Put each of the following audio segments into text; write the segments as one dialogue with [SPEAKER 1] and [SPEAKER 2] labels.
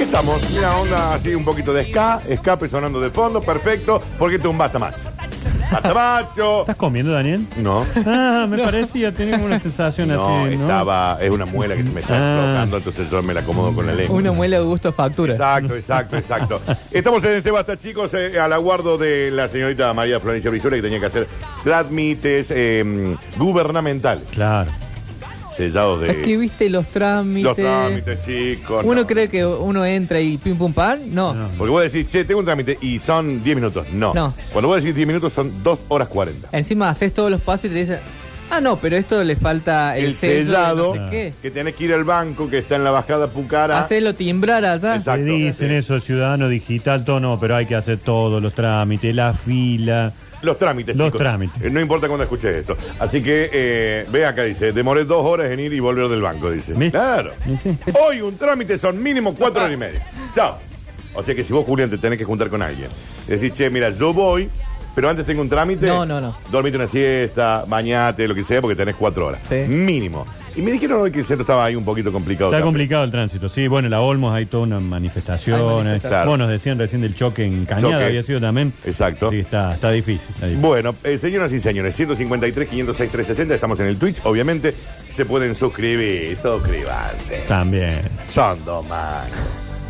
[SPEAKER 1] estamos. Mira, onda así, un poquito de ska, escape sonando de fondo, perfecto, porque tú un basta macho. Basta macho.
[SPEAKER 2] ¿Estás comiendo, Daniel?
[SPEAKER 1] No,
[SPEAKER 2] Ah, me parecía, tenía como una sensación
[SPEAKER 1] no,
[SPEAKER 2] así, ¿no?
[SPEAKER 1] estaba, es una muela que se me está
[SPEAKER 2] Ah.
[SPEAKER 1] aflojando, entonces yo me la acomodo con la lengua.
[SPEAKER 3] Una muela de gusto factura.
[SPEAKER 1] Exacto, exacto, exacto. Estamos en este basta, chicos, eh, al aguardo de la señorita María Florencia Brizuela que tenía que hacer trámites eh, gubernamentales,
[SPEAKER 2] Claro.
[SPEAKER 1] sellados de
[SPEAKER 3] Es que viste los trámites.
[SPEAKER 1] los trámites, chicos.
[SPEAKER 3] Uno
[SPEAKER 1] no.
[SPEAKER 3] cree que uno entra y pim pum pan. No.
[SPEAKER 2] No.
[SPEAKER 1] Porque vos decís, che, tengo un trámite y son 10 minutos. No.
[SPEAKER 3] No.
[SPEAKER 1] Cuando vos decís 10 minutos son 2 horas 40.
[SPEAKER 3] Encima haces todos los pasos y te dicen, ah, no, pero esto le falta el,
[SPEAKER 1] El
[SPEAKER 3] sello de
[SPEAKER 1] sellado
[SPEAKER 3] no sé qué.
[SPEAKER 1] que tenés que ir al banco que está en la bajada Pucara.
[SPEAKER 3] Hacelo timbrar allá.
[SPEAKER 1] Exacto.
[SPEAKER 2] Te dicen
[SPEAKER 1] Sí.
[SPEAKER 2] eso, ciudadano digital, todo no, pero hay que hacer todos los trámites, la fila.
[SPEAKER 1] Los trámites,
[SPEAKER 2] Los
[SPEAKER 1] chicos.
[SPEAKER 2] trámites.
[SPEAKER 1] Eh, no importa cuando escuches esto. Así que, eh, ve acá, dice, demoré dos horas en ir y volver del banco, dice.
[SPEAKER 2] ¿Ves?
[SPEAKER 1] Claro.
[SPEAKER 2] Y sí.
[SPEAKER 1] Hoy un trámite son mínimo cuatro horas y media. Chao. O sea que si vos, Julián, te tenés que juntar con alguien. Decís, che, mira, yo voy, pero antes tengo un trámite.
[SPEAKER 3] No, no, no.
[SPEAKER 1] Dormite una siesta, bañate, lo que sea, porque tenés cuatro horas.
[SPEAKER 3] Sí.
[SPEAKER 1] Mínimo. Y me dijeron hoy que el centro estaba ahí un poquito complicado.
[SPEAKER 2] Está
[SPEAKER 1] también.
[SPEAKER 2] complicado el tránsito, sí. Bueno, en la Olmos hay toda una manifestación.
[SPEAKER 3] Hay manifestaciones.
[SPEAKER 2] eh.
[SPEAKER 1] Claro.
[SPEAKER 2] Vos nos decían recién del choque en Cañada,
[SPEAKER 1] Choque.
[SPEAKER 2] había sido también.
[SPEAKER 1] Exacto.
[SPEAKER 2] Sí, está, está difícil. está difícil.
[SPEAKER 1] Bueno, eh, señoras y señores, 153, 506, 360, estamos en el Twitch, obviamente. Se pueden suscribir, suscríbanse.
[SPEAKER 2] También.
[SPEAKER 1] Son dos mangos.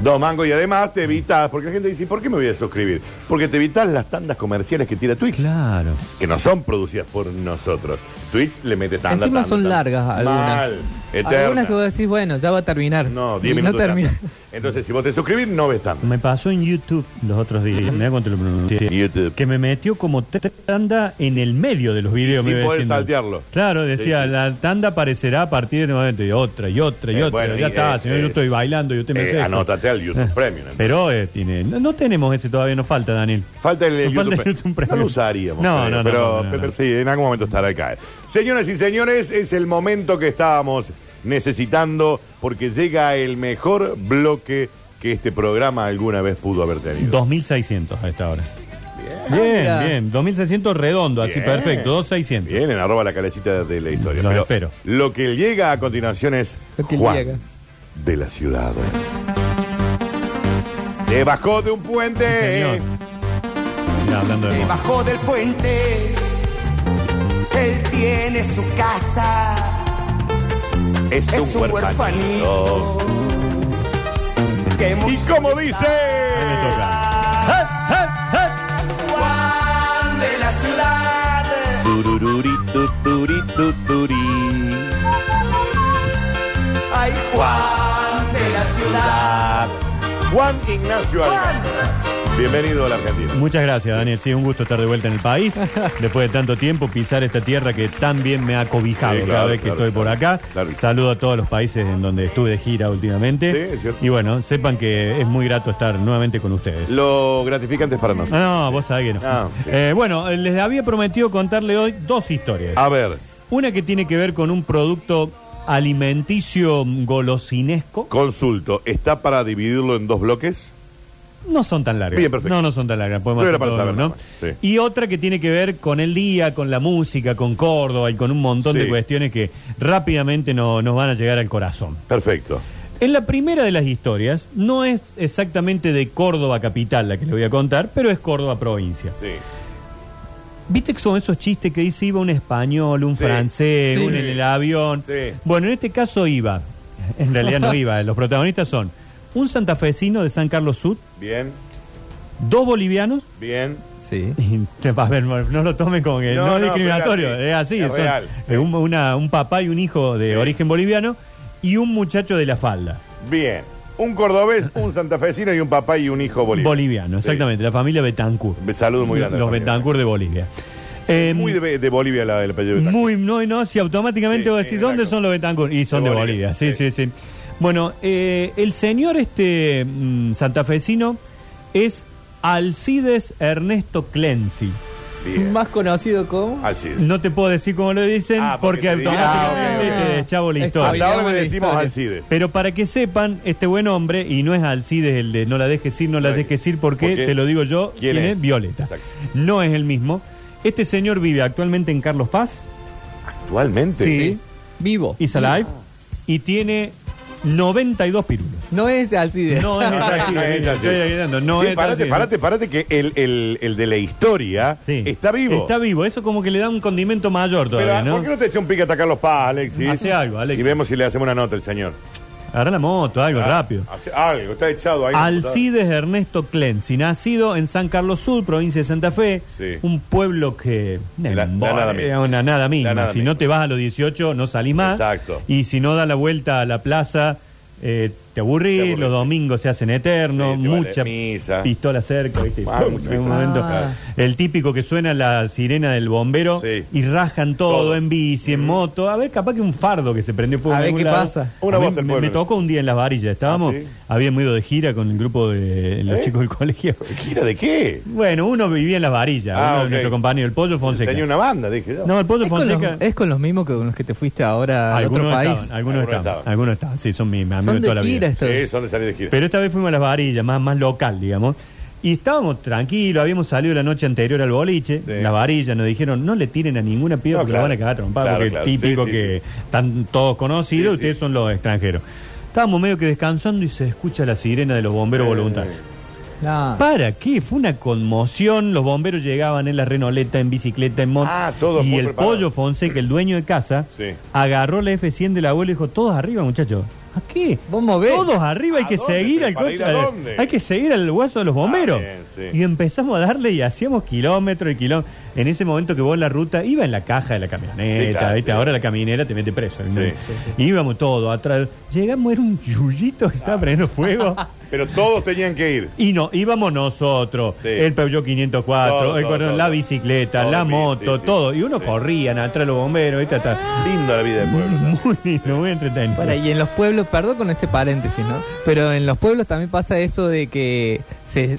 [SPEAKER 1] Dos mangos y además te evitas, porque la gente dice, ¿por qué me voy a suscribir? Porque te evitas las tandas comerciales que tira Twitch,
[SPEAKER 2] Claro.
[SPEAKER 1] que no son producidas por nosotros. Twitch le mete tandas.
[SPEAKER 3] Encima son largas algunas.
[SPEAKER 1] Mal, eterna.
[SPEAKER 3] Algunas que vos decís, bueno, ya va a terminar.
[SPEAKER 1] No,
[SPEAKER 3] Y
[SPEAKER 1] 10 minutos.
[SPEAKER 3] No
[SPEAKER 1] de
[SPEAKER 3] termina.
[SPEAKER 1] tanda. Entonces, si vos te suscribís, no ves tandas.
[SPEAKER 2] Me pasó en YouTube los otros días. Mirá cuánto lo pronuncié.
[SPEAKER 1] YouTube.
[SPEAKER 2] Que me metió como tres tanda en el medio de los videos.
[SPEAKER 1] sin
[SPEAKER 2] me iba
[SPEAKER 1] poder
[SPEAKER 2] diciendo.
[SPEAKER 1] saltearlo.
[SPEAKER 2] Claro, decía,
[SPEAKER 1] Sí, sí.
[SPEAKER 2] la tanda aparecerá a partir de momento. Y otra, y otra, y
[SPEAKER 1] Eh,
[SPEAKER 2] otra.
[SPEAKER 1] bueno,
[SPEAKER 2] ya
[SPEAKER 1] y,
[SPEAKER 2] está,
[SPEAKER 1] eh,
[SPEAKER 2] señor, yo
[SPEAKER 1] eh,
[SPEAKER 2] estoy bailando y usted me
[SPEAKER 1] eh,
[SPEAKER 2] dice esto.
[SPEAKER 1] anótate al YouTube
[SPEAKER 3] Ah.
[SPEAKER 2] Eh.
[SPEAKER 1] Premium, entonces.
[SPEAKER 2] Pero eh, tiene, no, no tenemos ese todavía, nos falta, Daniel.
[SPEAKER 1] Falta el, el
[SPEAKER 2] Nos falta
[SPEAKER 1] YouTube.
[SPEAKER 2] el YouTube
[SPEAKER 1] No
[SPEAKER 2] Premium.
[SPEAKER 1] lo usaríamos.
[SPEAKER 2] No,
[SPEAKER 1] creo,
[SPEAKER 2] no, no,
[SPEAKER 1] pero,
[SPEAKER 2] no, no, no.
[SPEAKER 1] pero sí, en algún momento estará acá. Señoras y señores, es el momento que estábamos necesitando porque llega el mejor bloque que este programa alguna vez pudo haber tenido.
[SPEAKER 2] 2600 a esta hora. Bien,
[SPEAKER 3] Ah, mira.
[SPEAKER 2] bien. 2600 redondo, así
[SPEAKER 1] Bien.
[SPEAKER 2] perfecto. 2600.
[SPEAKER 1] Bien, en arroba la calecita de la historia.
[SPEAKER 2] Los
[SPEAKER 1] Pero
[SPEAKER 2] espero.
[SPEAKER 1] Lo que llega a continuación es
[SPEAKER 3] Lo que
[SPEAKER 1] Juan
[SPEAKER 3] llega.
[SPEAKER 1] de la ciudad. Se bajó de un
[SPEAKER 2] Sí,
[SPEAKER 1] puente.
[SPEAKER 2] señor. Mirá, hablando de moda.
[SPEAKER 4] Debajo del puente, él tiene su casa,
[SPEAKER 1] es,
[SPEAKER 4] es
[SPEAKER 1] un
[SPEAKER 4] un huerfanito. Que
[SPEAKER 1] Y
[SPEAKER 4] muy
[SPEAKER 1] como dice...
[SPEAKER 2] Me toca.
[SPEAKER 4] Juan de la ciudad,
[SPEAKER 1] Turururi, tuturi, tuturi.
[SPEAKER 4] ay Juan de la ciudad.
[SPEAKER 1] Juan Ignacio Alcántara. Bienvenido a la Argentina.
[SPEAKER 2] Muchas gracias, Daniel. Sí, un gusto estar de vuelta en el país. Después de tanto tiempo, pisar esta tierra que tan bien me ha cobijado
[SPEAKER 1] Sí, claro,
[SPEAKER 2] cada vez que
[SPEAKER 1] claro,
[SPEAKER 2] estoy por
[SPEAKER 1] claro,
[SPEAKER 2] acá.
[SPEAKER 1] claro.
[SPEAKER 2] Saludo a todos los países en donde estuve de gira
[SPEAKER 1] Sí,
[SPEAKER 2] últimamente.
[SPEAKER 1] es cierto.
[SPEAKER 2] y bueno, sepan que es muy grato estar nuevamente con ustedes.
[SPEAKER 1] Lo gratificante es para nosotros.
[SPEAKER 2] Ah, no, vos sabés que no.
[SPEAKER 1] Ah, sí.
[SPEAKER 2] Eh, bueno, les había prometido contarle hoy dos historias.
[SPEAKER 1] A ver,
[SPEAKER 2] Una que tiene que ver con un producto alimenticio golosinesco.
[SPEAKER 1] consulto. ¿Está para dividirlo en dos bloques?
[SPEAKER 2] No son tan largas.
[SPEAKER 1] Bien, perfecto.
[SPEAKER 2] No, no son tan largas. Podemos
[SPEAKER 1] Pero era
[SPEAKER 2] hacer
[SPEAKER 1] para
[SPEAKER 2] todo,
[SPEAKER 1] saber
[SPEAKER 2] ¿no?
[SPEAKER 1] nada más,
[SPEAKER 2] Y otra que tiene que ver con el día, con la música, con Córdoba y con un montón
[SPEAKER 1] Sí.
[SPEAKER 2] de cuestiones que rápidamente no- nos van a llegar al corazón.
[SPEAKER 1] Perfecto.
[SPEAKER 2] En la primera de las historias, no es exactamente de Córdoba capital la que le voy a contar, pero es Córdoba provincia.
[SPEAKER 1] Sí.
[SPEAKER 2] ¿Viste que son esos chistes que dice iba un español, un
[SPEAKER 1] Sí.
[SPEAKER 2] francés,
[SPEAKER 3] Sí.
[SPEAKER 2] uno en el avión?
[SPEAKER 1] Sí.
[SPEAKER 2] Bueno, en este caso iba. En realidad no iba. Los protagonistas son un santafesino de San Carlos Sud,
[SPEAKER 1] Bien,
[SPEAKER 2] dos bolivianos.
[SPEAKER 1] bien.
[SPEAKER 3] Sí.
[SPEAKER 2] y te vas a ver, no no lo tomen como que
[SPEAKER 1] No,
[SPEAKER 2] no, es
[SPEAKER 1] no,
[SPEAKER 2] discriminatorio,
[SPEAKER 1] pero
[SPEAKER 2] es
[SPEAKER 1] es así,
[SPEAKER 2] así.
[SPEAKER 1] es
[SPEAKER 2] son-
[SPEAKER 1] real, sí.
[SPEAKER 2] eh, un, una- un papá y un hijo de
[SPEAKER 1] Sí.
[SPEAKER 2] origen boliviano y un muchacho de la falda.
[SPEAKER 1] Bien. Un cordobés, un santafesino y un papá y un hijo boliviano. Sí.
[SPEAKER 2] Boliviano, exactamente, la familia Betancourt.
[SPEAKER 1] Be- Saludo muy grande. a la
[SPEAKER 2] Los
[SPEAKER 1] familia.
[SPEAKER 2] Betancourt de Bolivia. Eh,
[SPEAKER 1] Muy de, de Bolivia la del apellido de Betancourt.
[SPEAKER 2] Muy, no, y no, si automáticamente
[SPEAKER 1] Sí,
[SPEAKER 2] voy a decir,
[SPEAKER 1] sí,
[SPEAKER 2] ¿dónde
[SPEAKER 1] exacto.
[SPEAKER 2] son los Betancourt? Y son de,
[SPEAKER 1] De
[SPEAKER 2] Bolivia,
[SPEAKER 1] Bolivia,
[SPEAKER 2] sí, sí, sí. Bueno, eh, el señor este mm, santafesino es Alcides Ernesto Clency.
[SPEAKER 1] Bien.
[SPEAKER 3] Más conocido como.
[SPEAKER 1] Así es.
[SPEAKER 2] No te puedo decir cómo lo dicen
[SPEAKER 1] Ah, porque
[SPEAKER 2] porque,
[SPEAKER 1] te digo-
[SPEAKER 2] automáticamente
[SPEAKER 3] Ah, ok, ok.
[SPEAKER 2] te deschavo la
[SPEAKER 3] Es
[SPEAKER 2] historia.
[SPEAKER 1] Hasta ahora
[SPEAKER 3] Olvidamos
[SPEAKER 1] le
[SPEAKER 3] la
[SPEAKER 1] decimos
[SPEAKER 3] historia.
[SPEAKER 1] Alcides.
[SPEAKER 2] Pero para que sepan, este buen hombre, y no es Alcides el de no la dejes ir, no la
[SPEAKER 1] No,
[SPEAKER 2] dejes ir, porque
[SPEAKER 1] ¿por qué?
[SPEAKER 2] te lo digo yo,
[SPEAKER 1] ¿Quién
[SPEAKER 2] ¿quién
[SPEAKER 1] es?
[SPEAKER 2] es? Violeta.
[SPEAKER 1] Exacto.
[SPEAKER 2] No es el mismo. Este señor vive actualmente en Carlos Paz,
[SPEAKER 1] Actualmente.
[SPEAKER 2] Sí.
[SPEAKER 3] Vivo.
[SPEAKER 2] Is Alive, y tiene 92 pirulos.
[SPEAKER 3] No es Alcides.
[SPEAKER 2] No es así,
[SPEAKER 1] No es así.
[SPEAKER 2] estoy ayudando, no eh,
[SPEAKER 1] Sí,
[SPEAKER 2] es
[SPEAKER 1] parate,
[SPEAKER 2] así.
[SPEAKER 1] parate, parate, que el, el- el de la historia
[SPEAKER 2] Sí.
[SPEAKER 1] está vivo.
[SPEAKER 2] Está vivo, eso como que le da un condimento mayor
[SPEAKER 1] Pero,
[SPEAKER 2] todavía,
[SPEAKER 1] ¿por qué
[SPEAKER 2] ¿no?
[SPEAKER 1] no te echa un pique a atacar los paz, Alexis?
[SPEAKER 2] Hace algo, Alexis.
[SPEAKER 1] Y vemos si le hacemos una nota al señor.
[SPEAKER 2] Agarra la moto, algo
[SPEAKER 1] Ah,
[SPEAKER 2] rápido.
[SPEAKER 1] hace algo, está echado ahí.
[SPEAKER 2] Alcides Ernesto Clensi, nacido en San Carlos Sur, provincia de Santa Fe,
[SPEAKER 1] Sí.
[SPEAKER 2] un pueblo que
[SPEAKER 1] La- la nada misma.
[SPEAKER 2] una nada misma.
[SPEAKER 1] La nada
[SPEAKER 2] si
[SPEAKER 1] misma.
[SPEAKER 2] no te vas a los 18 no salís más.
[SPEAKER 1] Exacto.
[SPEAKER 2] Y si no da la vuelta a la plaza eh, te aburrís,
[SPEAKER 1] Te aburrís.
[SPEAKER 2] los domingos se hacen eternos,
[SPEAKER 1] Sí, te vas de
[SPEAKER 2] mucha
[SPEAKER 1] misa.
[SPEAKER 2] pistola cerca, ¿viste?
[SPEAKER 1] Ah,
[SPEAKER 2] En
[SPEAKER 1] mucha
[SPEAKER 2] un
[SPEAKER 1] pistola.
[SPEAKER 2] momento.
[SPEAKER 1] Ah.
[SPEAKER 2] El típico que suena la sirena del bombero
[SPEAKER 1] Sí.
[SPEAKER 2] y rajan todo,
[SPEAKER 1] Todo. Mm.
[SPEAKER 2] en bici, en moto, a ver capaz que un fardo que se prendió fuego
[SPEAKER 3] A
[SPEAKER 2] en
[SPEAKER 3] ver
[SPEAKER 2] algún
[SPEAKER 3] qué
[SPEAKER 2] lado.
[SPEAKER 3] pasa.
[SPEAKER 1] Una
[SPEAKER 2] A mí
[SPEAKER 1] voz del
[SPEAKER 2] me-
[SPEAKER 1] pueblo.
[SPEAKER 2] me tocó un día en las varillas, estábamos,
[SPEAKER 1] Ah, sí.
[SPEAKER 2] habíamos ido de gira con el grupo de los
[SPEAKER 1] ¿Eh?
[SPEAKER 2] chicos del colegio.
[SPEAKER 1] ¿Gira de qué?
[SPEAKER 2] Bueno, uno vivía en las varillas,
[SPEAKER 1] Ah,
[SPEAKER 2] uno de
[SPEAKER 1] ok.
[SPEAKER 2] nuestro compañero, el Pollo Fonseca.
[SPEAKER 1] Tenía una banda, dije yo.
[SPEAKER 2] No, el Pollo
[SPEAKER 3] ¿Es con, los,
[SPEAKER 2] Fonseca.
[SPEAKER 3] es con los mismos que con los que te fuiste ahora al otro
[SPEAKER 2] Algunos
[SPEAKER 3] país.
[SPEAKER 2] estaban, algunos
[SPEAKER 1] Algunos
[SPEAKER 2] estaban,
[SPEAKER 1] estaban.
[SPEAKER 2] algunos estaban, sí, son mis amigos
[SPEAKER 3] Son
[SPEAKER 2] toda
[SPEAKER 3] de
[SPEAKER 2] la
[SPEAKER 3] gira
[SPEAKER 2] vida.
[SPEAKER 3] esto.
[SPEAKER 1] Sí, son de salir de gira.
[SPEAKER 2] Pero esta vez fuimos a las varillas, más, más local, digamos. Y estábamos tranquilos, habíamos salido la noche anterior al boliche,
[SPEAKER 1] Sí.
[SPEAKER 2] las varillas, nos dijeron, no le tiren a ninguna piedra
[SPEAKER 1] No,
[SPEAKER 2] porque
[SPEAKER 1] claro.
[SPEAKER 2] la van a cagar trompada,
[SPEAKER 1] Claro,
[SPEAKER 2] porque
[SPEAKER 1] claro.
[SPEAKER 2] es típico
[SPEAKER 1] Sí, sí,
[SPEAKER 2] que están todos conocidos,
[SPEAKER 1] Sí,
[SPEAKER 2] ustedes
[SPEAKER 1] sí.
[SPEAKER 2] son los extranjeros. Estábamos medio que descansando y se escucha la sirena de los bomberos
[SPEAKER 1] Eh.
[SPEAKER 2] voluntarios.
[SPEAKER 3] No.
[SPEAKER 2] ¿Para qué? Fue una conmoción. Los bomberos llegaban en la renoleta, en bicicleta, en moto.
[SPEAKER 1] Ah, todo
[SPEAKER 2] Y
[SPEAKER 1] muy
[SPEAKER 2] el
[SPEAKER 1] preparado.
[SPEAKER 2] pollo Fonseca, el dueño de casa,
[SPEAKER 1] Sí.
[SPEAKER 2] agarró la F100 del abuelo y dijo: Todos arriba, muchachos. ¿A qué?
[SPEAKER 3] Vos movés.
[SPEAKER 2] Todos arriba, hay
[SPEAKER 1] ¿A
[SPEAKER 2] que
[SPEAKER 1] dónde?
[SPEAKER 2] seguir
[SPEAKER 1] ¿Pero
[SPEAKER 2] al
[SPEAKER 1] para
[SPEAKER 2] coche.
[SPEAKER 1] ir a
[SPEAKER 2] eh,
[SPEAKER 1] dónde?
[SPEAKER 2] Hay que seguir al hueso de los bomberos.
[SPEAKER 1] bien, sí.
[SPEAKER 2] Y empezamos a darle y hacíamos kilómetros y kilómetros. En ese momento que vos en la ruta, iba en la caja de la camioneta.
[SPEAKER 1] Sí, claro,
[SPEAKER 2] ¿viste?
[SPEAKER 1] sí.
[SPEAKER 2] Ahora la caminera te mete preso.
[SPEAKER 1] Sí. Ah.
[SPEAKER 2] Íbamos todo atrás. Llegamos, era un yuyito que estaba prendiendo fuego.
[SPEAKER 1] Pero todos tenían que ir.
[SPEAKER 2] Y no, íbamos nosotros,
[SPEAKER 1] Sí.
[SPEAKER 2] el Peugeot 504,
[SPEAKER 1] Todo,
[SPEAKER 2] el
[SPEAKER 1] todo,
[SPEAKER 2] cordón,
[SPEAKER 1] todo.
[SPEAKER 2] la bicicleta,
[SPEAKER 1] Todo,
[SPEAKER 2] la
[SPEAKER 1] sí,
[SPEAKER 2] moto,
[SPEAKER 1] sí, sí.
[SPEAKER 2] todo. Y uno
[SPEAKER 1] Sí.
[SPEAKER 2] corrían atrás los bomberos, ¿viste? Hasta-
[SPEAKER 1] Linda la vida del pueblo. ¿sabes?
[SPEAKER 2] Muy lindo, muy entretenido.
[SPEAKER 3] Para, y en los pueblos, perdón con este paréntesis, ¿no? Pero en los pueblos también pasa eso de que se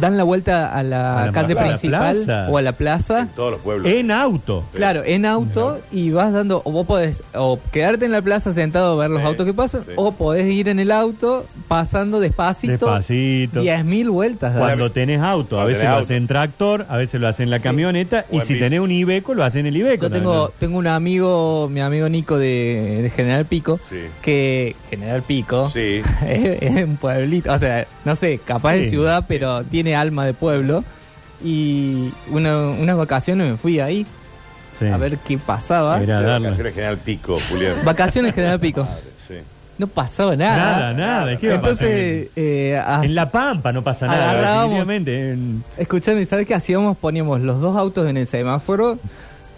[SPEAKER 3] dan la vuelta a la,
[SPEAKER 2] A la
[SPEAKER 3] calle
[SPEAKER 2] plaza. A la
[SPEAKER 3] principal
[SPEAKER 2] plaza.
[SPEAKER 3] o a la
[SPEAKER 2] ¿Eh?
[SPEAKER 3] plaza.
[SPEAKER 1] En todos los pueblos.
[SPEAKER 2] En auto.
[SPEAKER 3] Claro, en auto y vas dando, o vos podés o quedarte en la plaza sentado a ver los
[SPEAKER 1] Sí,
[SPEAKER 3] autos que pasan,
[SPEAKER 1] sí.
[SPEAKER 3] o podés ir en el auto pasando despacito,
[SPEAKER 2] Despacito.
[SPEAKER 3] 10.000 vueltas. das.
[SPEAKER 2] Cuando tenés auto, a
[SPEAKER 1] Cuando
[SPEAKER 2] veces
[SPEAKER 1] tenés
[SPEAKER 2] lo
[SPEAKER 1] auto.
[SPEAKER 2] hacen en tractor, a veces lo hacen en la camioneta,
[SPEAKER 1] O
[SPEAKER 2] y
[SPEAKER 1] en
[SPEAKER 2] si
[SPEAKER 1] bici.
[SPEAKER 2] tenés un Ibeco, lo hacen en el Ibeco.
[SPEAKER 3] Yo tengo, tengo un amigo, mi amigo Nico de, de General Pico,
[SPEAKER 1] Sí.
[SPEAKER 3] que General Pico
[SPEAKER 1] Sí.
[SPEAKER 3] es, es un pueblito, o sea, no sé, capaz
[SPEAKER 2] Sí.
[SPEAKER 3] de ciudad, pero tiene alma de pueblo. Y una, unas vacaciones me fui ahí
[SPEAKER 2] Sí.
[SPEAKER 3] a ver qué pasaba.
[SPEAKER 2] Era
[SPEAKER 1] De
[SPEAKER 2] darle.
[SPEAKER 1] vacaciones General Pico, Julián.
[SPEAKER 3] Vacaciones General Pico.
[SPEAKER 1] Madre, sí.
[SPEAKER 3] No pasaba
[SPEAKER 2] Nada,
[SPEAKER 3] nada.
[SPEAKER 2] nada. ¿qué va a pasar?
[SPEAKER 3] Entonces, eh, ah,
[SPEAKER 2] En La Pampa no pasa nada.
[SPEAKER 3] Agarrábamos-
[SPEAKER 2] definitivamente, en-
[SPEAKER 3] escuchame, ¿sabes qué hacíamos? Poníamos los dos autos en el semáforo,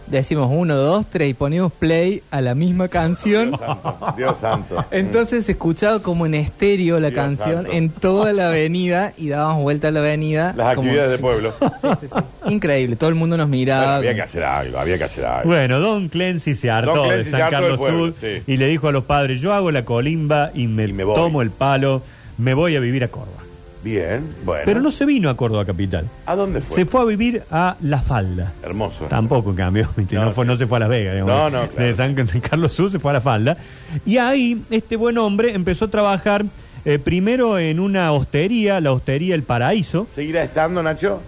[SPEAKER 3] decimos uno, dos, tres y poníamos play a la misma canción.
[SPEAKER 1] Dios santo. Dios santo.
[SPEAKER 3] Entonces se escuchaba como en estéreo la
[SPEAKER 1] Dios
[SPEAKER 3] canción
[SPEAKER 1] santo.
[SPEAKER 3] en toda la avenida y dábamos vuelta a la avenida.
[SPEAKER 1] Las
[SPEAKER 3] como-
[SPEAKER 1] actividades del pueblo.
[SPEAKER 3] Sí, sí, sí. Increíble, todo el mundo nos
[SPEAKER 1] Bueno,
[SPEAKER 3] miraba.
[SPEAKER 1] había que hacer algo, había que hacer algo.
[SPEAKER 2] Bueno, Don Clancy se hartó
[SPEAKER 1] Don
[SPEAKER 2] de
[SPEAKER 1] Clancy se
[SPEAKER 2] San
[SPEAKER 1] hartó del
[SPEAKER 2] Carlos
[SPEAKER 1] pueblo,
[SPEAKER 2] Sur
[SPEAKER 1] sí.
[SPEAKER 2] y le dijo a los padres, yo hago la colimba y me,
[SPEAKER 1] Y me voy.
[SPEAKER 2] tomo el palo, me voy a vivir a Córdoba.
[SPEAKER 1] Bien, bueno.
[SPEAKER 2] Pero no se vino a Córdoba capital.
[SPEAKER 1] ¿A dónde fue?
[SPEAKER 2] Se fue a vivir a La Falda.
[SPEAKER 1] Hermoso.
[SPEAKER 2] Tampoco cambió, ¿viste? no,
[SPEAKER 1] No,
[SPEAKER 2] fue,
[SPEAKER 1] sí.
[SPEAKER 2] no se fue a Las Vegas. digamos.
[SPEAKER 1] No, no, claro.
[SPEAKER 2] De San de Carlos Sur se fue a La Falda. Y ahí este buen hombre empezó a trabajar eh, primero en una hostería, la hostería El Paraíso.
[SPEAKER 1] ¿Seguirá estando, Nacho?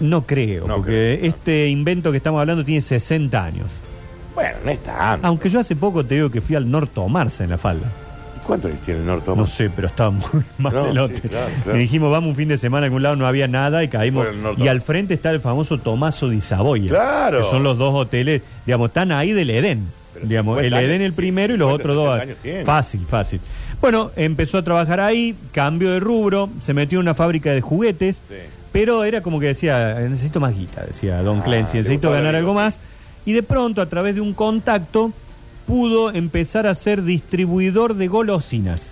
[SPEAKER 2] No creo,
[SPEAKER 1] No
[SPEAKER 2] porque
[SPEAKER 1] creo, no.
[SPEAKER 2] este invento que estamos hablando tiene 60 años.
[SPEAKER 1] Bueno, no está tanto.
[SPEAKER 2] Aunque yo hace poco te digo que fui al norte Marza en La Falda.
[SPEAKER 1] ¿Y ¿Cuánto les tiene el norte?
[SPEAKER 2] No sé, pero estaba muy mal
[SPEAKER 1] No,
[SPEAKER 2] del
[SPEAKER 1] sí, claro, claro.
[SPEAKER 2] Y dijimos, vamos un fin de semana a algún lado, no había nada y caímos.
[SPEAKER 1] Fueron al norte.
[SPEAKER 2] Y al frente está el famoso Tomaso di Saboya.
[SPEAKER 1] Claro.
[SPEAKER 2] Que son los dos hoteles, digamos, están ahí del Edén.
[SPEAKER 1] Pero
[SPEAKER 2] digamos,
[SPEAKER 1] 50
[SPEAKER 2] el
[SPEAKER 1] años,
[SPEAKER 2] Edén el primero y los
[SPEAKER 1] 50,
[SPEAKER 2] otros dos.
[SPEAKER 1] 60 años tiene.
[SPEAKER 2] Fácil, fácil. Bueno, empezó a trabajar ahí, cambió de rubro, se metió en una fábrica de juguetes,
[SPEAKER 1] Sí.
[SPEAKER 2] pero era como que decía, "Eh, necesito más guita, decía Don
[SPEAKER 1] Ah,
[SPEAKER 2] Clancy,
[SPEAKER 1] le
[SPEAKER 2] necesito
[SPEAKER 1] gustaba la
[SPEAKER 2] ganar algo
[SPEAKER 1] vida, sí.
[SPEAKER 2] más. Y de pronto, a través de un contacto, pudo empezar a ser distribuidor de golosinas.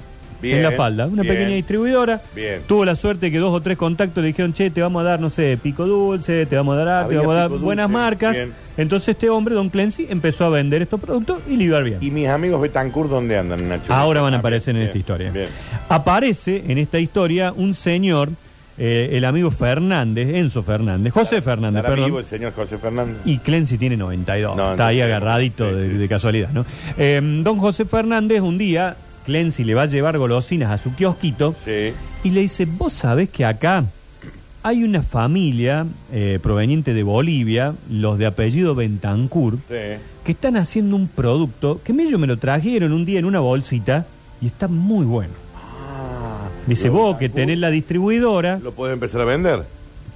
[SPEAKER 1] Bien,
[SPEAKER 2] en la falda, una
[SPEAKER 1] bien.
[SPEAKER 2] pequeña distribuidora.
[SPEAKER 1] Bien.
[SPEAKER 2] Tuvo la suerte que dos o tres contactos le dijeron, che, te vamos a dar, no sé, pico dulce, te vamos a dar, A, te
[SPEAKER 1] Había
[SPEAKER 2] vamos a dar
[SPEAKER 1] pico dulce,
[SPEAKER 2] buenas marcas.
[SPEAKER 1] bien.
[SPEAKER 2] Entonces este hombre, Don Clancy, empezó a vender estos productos y le iba bien.
[SPEAKER 1] ¿Y mis amigos Betancourt dónde andan, Nacho?
[SPEAKER 2] Ahora van a
[SPEAKER 1] Ah,
[SPEAKER 2] aparecer en
[SPEAKER 1] bien,
[SPEAKER 2] esta historia.
[SPEAKER 1] bien.
[SPEAKER 2] Aparece en esta historia un señor, eh, el amigo Fernández, Enzo Fernández, José Fernández,
[SPEAKER 1] ¿Estará
[SPEAKER 2] perdón.
[SPEAKER 1] vivo el señor José Fernández?
[SPEAKER 2] Y Clancy tiene 92.
[SPEAKER 1] No,
[SPEAKER 2] está
[SPEAKER 1] no,
[SPEAKER 2] ahí
[SPEAKER 1] sí,
[SPEAKER 2] agarradito
[SPEAKER 1] sí,
[SPEAKER 2] de,
[SPEAKER 1] sí.
[SPEAKER 2] de casualidad, ¿no? Eh, don José Fernández, un día, Clancy le va a llevar golosinas a su kiosquito
[SPEAKER 1] Sí.
[SPEAKER 2] y le dice: Vos sabés que acá hay una familia eh, proveniente de Bolivia, los de apellido Bentancur,
[SPEAKER 1] Sí.
[SPEAKER 2] que están haciendo un producto que medio me lo trajeron un día en una bolsita y está muy bueno.
[SPEAKER 1] Ah,
[SPEAKER 2] Dice,
[SPEAKER 1] Lo-
[SPEAKER 2] vos que tenés la distribuidora,
[SPEAKER 1] ¿Lo puedes empezar a vender?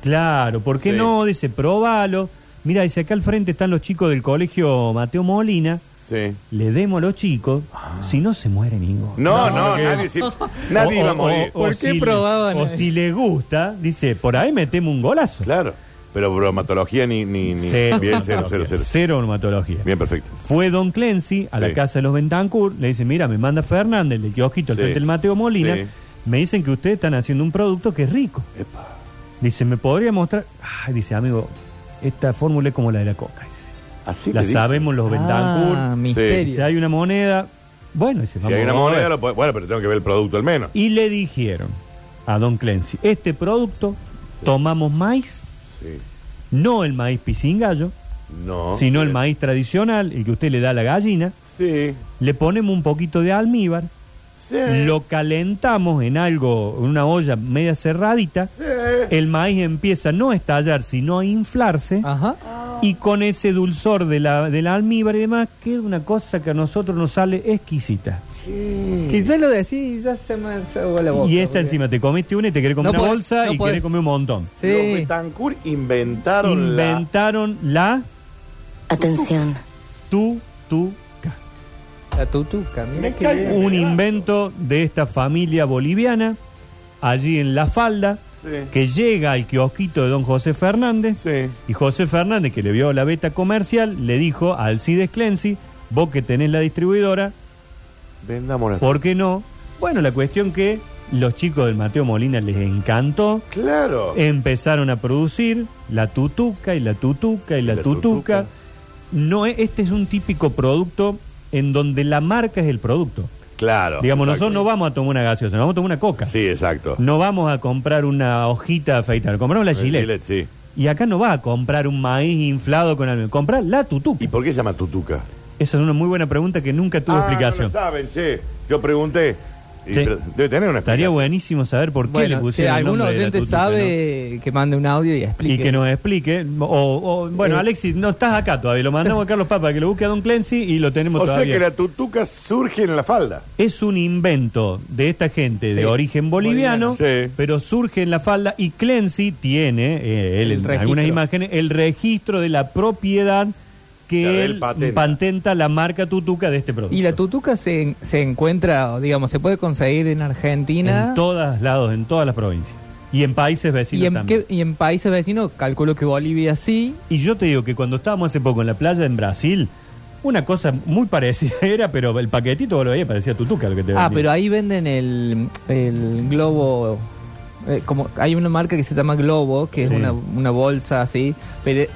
[SPEAKER 2] claro, ¿por qué
[SPEAKER 1] Sí.
[SPEAKER 2] no? Dice, probalo. Mira, dice, acá al frente están los chicos del colegio Mateo Molina.
[SPEAKER 1] Sí.
[SPEAKER 2] Le demos a los chicos, si no se muere ninguno.
[SPEAKER 1] Ah. No, no, nadie, se-
[SPEAKER 2] Oh,
[SPEAKER 1] nadie
[SPEAKER 2] O-
[SPEAKER 1] iba a
[SPEAKER 2] o-
[SPEAKER 1] morir.
[SPEAKER 2] o- o
[SPEAKER 3] ¿Por qué
[SPEAKER 2] si-
[SPEAKER 3] probaban
[SPEAKER 2] O
[SPEAKER 3] ahí?
[SPEAKER 2] si le gusta, dice, por ahí metemos un golazo.
[SPEAKER 1] Claro. Pero bromatología ni... ni, ni
[SPEAKER 2] Cero
[SPEAKER 1] bien, cero, cero,
[SPEAKER 2] neumatología.
[SPEAKER 1] cero.
[SPEAKER 2] Cero neumatología.
[SPEAKER 1] Bien, perfecto.
[SPEAKER 2] Fue Don Clancy a
[SPEAKER 1] Sí.
[SPEAKER 2] la casa de los Bentancur, le dice, mira, me manda Fernández, el kiosquito, al
[SPEAKER 1] Sí.
[SPEAKER 2] frente del Mateo Molina,
[SPEAKER 1] Sí.
[SPEAKER 2] me dicen que ustedes están haciendo un producto que es rico.
[SPEAKER 1] Epa.
[SPEAKER 2] Dice, ¿me podría mostrar? Ay, dice, amigo, esta fórmula es como la de la coca. dice.
[SPEAKER 1] Así
[SPEAKER 2] La
[SPEAKER 1] le dije.
[SPEAKER 2] sabemos los Bentancur.
[SPEAKER 3] Ah,
[SPEAKER 1] Sí.
[SPEAKER 2] Si
[SPEAKER 3] misterio.
[SPEAKER 2] hay una moneda, bueno, dice,
[SPEAKER 1] Si hay una
[SPEAKER 2] vamos a ver.
[SPEAKER 1] moneda, lo puede- bueno, pero tengo que ver el producto al menos.
[SPEAKER 2] Y le dijeron a Don Clancy, este producto, tomamos maíz,
[SPEAKER 1] Sí.
[SPEAKER 2] no el maíz pisingallo,
[SPEAKER 1] No.
[SPEAKER 2] sino el maíz tradicional, el que usted le da a la gallina,
[SPEAKER 1] Sí.
[SPEAKER 2] le ponemos un poquito de almíbar,
[SPEAKER 1] Sí.
[SPEAKER 2] lo calentamos en algo, en una olla media cerradita,
[SPEAKER 1] Sí.
[SPEAKER 2] el maíz empieza no a estallar, sino a inflarse,
[SPEAKER 3] Ajá.
[SPEAKER 2] y con ese dulzor de la, del almíbar y demás, queda una cosa que a nosotros nos sale exquisita.
[SPEAKER 3] Quizás lo decís y ya se me hace la boca.
[SPEAKER 2] y esta
[SPEAKER 3] porque-
[SPEAKER 2] encima te comiste una y te querés comer una
[SPEAKER 3] No podés,
[SPEAKER 2] bolsa
[SPEAKER 3] no
[SPEAKER 2] y
[SPEAKER 3] podés.
[SPEAKER 2] querés comer un montón.
[SPEAKER 1] Los
[SPEAKER 3] Sí.
[SPEAKER 1] Betancourt inventaron
[SPEAKER 2] Inventaron la
[SPEAKER 5] Atención.
[SPEAKER 2] tu tu ca.
[SPEAKER 3] La tutuca. mira
[SPEAKER 1] Me
[SPEAKER 3] qué
[SPEAKER 1] cae
[SPEAKER 3] bien.
[SPEAKER 2] un invento de esta familia boliviana allí en La Falda
[SPEAKER 1] Sí.
[SPEAKER 2] que llega al kiosquito de don José Fernández
[SPEAKER 1] Sí.
[SPEAKER 2] y José Fernández que le vio la beta comercial le dijo a Alcides Clancy vos que tenés la distribuidora
[SPEAKER 1] la... Vendámosla.
[SPEAKER 2] ¿por qué no? bueno la cuestión que los chicos del Mateo Molina les encantó
[SPEAKER 1] Claro.
[SPEAKER 2] Eh, empezaron a producir la tutuca y la tutuca y la,
[SPEAKER 1] La tutuca.
[SPEAKER 2] tutuca. No es- este es un típico producto en donde la marca es el producto.
[SPEAKER 1] Claro.
[SPEAKER 2] Digamos,
[SPEAKER 1] Ah, Exacto.
[SPEAKER 2] nosotros no vamos a tomar una gaseosa, nos vamos a tomar una coca.
[SPEAKER 1] Sí, exacto.
[SPEAKER 2] No vamos a comprar una hojita afeitada, compramos la
[SPEAKER 1] El
[SPEAKER 2] Gillette.
[SPEAKER 1] Gillette, sí.
[SPEAKER 2] Y acá no va a comprar un maíz inflado con almendras, comprar la tutuca.
[SPEAKER 1] ¿Y por qué se llama tutuca?
[SPEAKER 2] Esa es una muy buena pregunta que nunca tuvo
[SPEAKER 1] Ah,
[SPEAKER 2] explicación.
[SPEAKER 1] No lo saben, che. Yo pregunté. Y-
[SPEAKER 2] Sí.
[SPEAKER 1] pero Debe tener una
[SPEAKER 2] Estaría
[SPEAKER 1] explicación.
[SPEAKER 2] buenísimo saber por qué le
[SPEAKER 3] Bueno, si
[SPEAKER 2] pusieron el
[SPEAKER 3] algún
[SPEAKER 2] nombre de la
[SPEAKER 3] oyente
[SPEAKER 2] tutuca, ¿no?
[SPEAKER 3] sabe, que mande un audio y explique.
[SPEAKER 2] Y que nos explique. O, o- bueno,
[SPEAKER 3] Eh.
[SPEAKER 2] Alexis, no estás acá todavía. Lo mandamos a Carlos Papa que lo busque a Don Clancy y lo tenemos
[SPEAKER 1] O sea
[SPEAKER 2] todavía.
[SPEAKER 1] que la tutuca surge en la falda.
[SPEAKER 2] Es un invento de esta gente
[SPEAKER 3] Sí.
[SPEAKER 2] de origen boliviano,
[SPEAKER 1] Boliviano. Sí.
[SPEAKER 2] pero surge en la falda y Clancy tiene, eh, él en
[SPEAKER 3] El registro.
[SPEAKER 2] algunas imágenes, el registro de la propiedad que
[SPEAKER 1] Claro, él
[SPEAKER 2] él
[SPEAKER 1] patenta.
[SPEAKER 2] patenta. la marca tutuca de este producto.
[SPEAKER 3] Y la tutuca se, se encuentra, o digamos, se puede conseguir en Argentina.
[SPEAKER 2] En todos lados, en todas las provincias. Y en países vecinos
[SPEAKER 3] y, en
[SPEAKER 2] también.
[SPEAKER 3] qué- y en países vecinos, calculo que Bolivia sí.
[SPEAKER 2] Y yo te digo que cuando estábamos hace poco en la playa en Brasil, una cosa muy parecida era, pero el paquetito vos lo veías, parecía tutuca lo que te
[SPEAKER 3] Ah,
[SPEAKER 2] vendían.
[SPEAKER 3] pero ahí venden el, el globo. eh, como Hay una marca que se llama Globo, que
[SPEAKER 2] Sí.
[SPEAKER 3] es una, una bolsa así, pero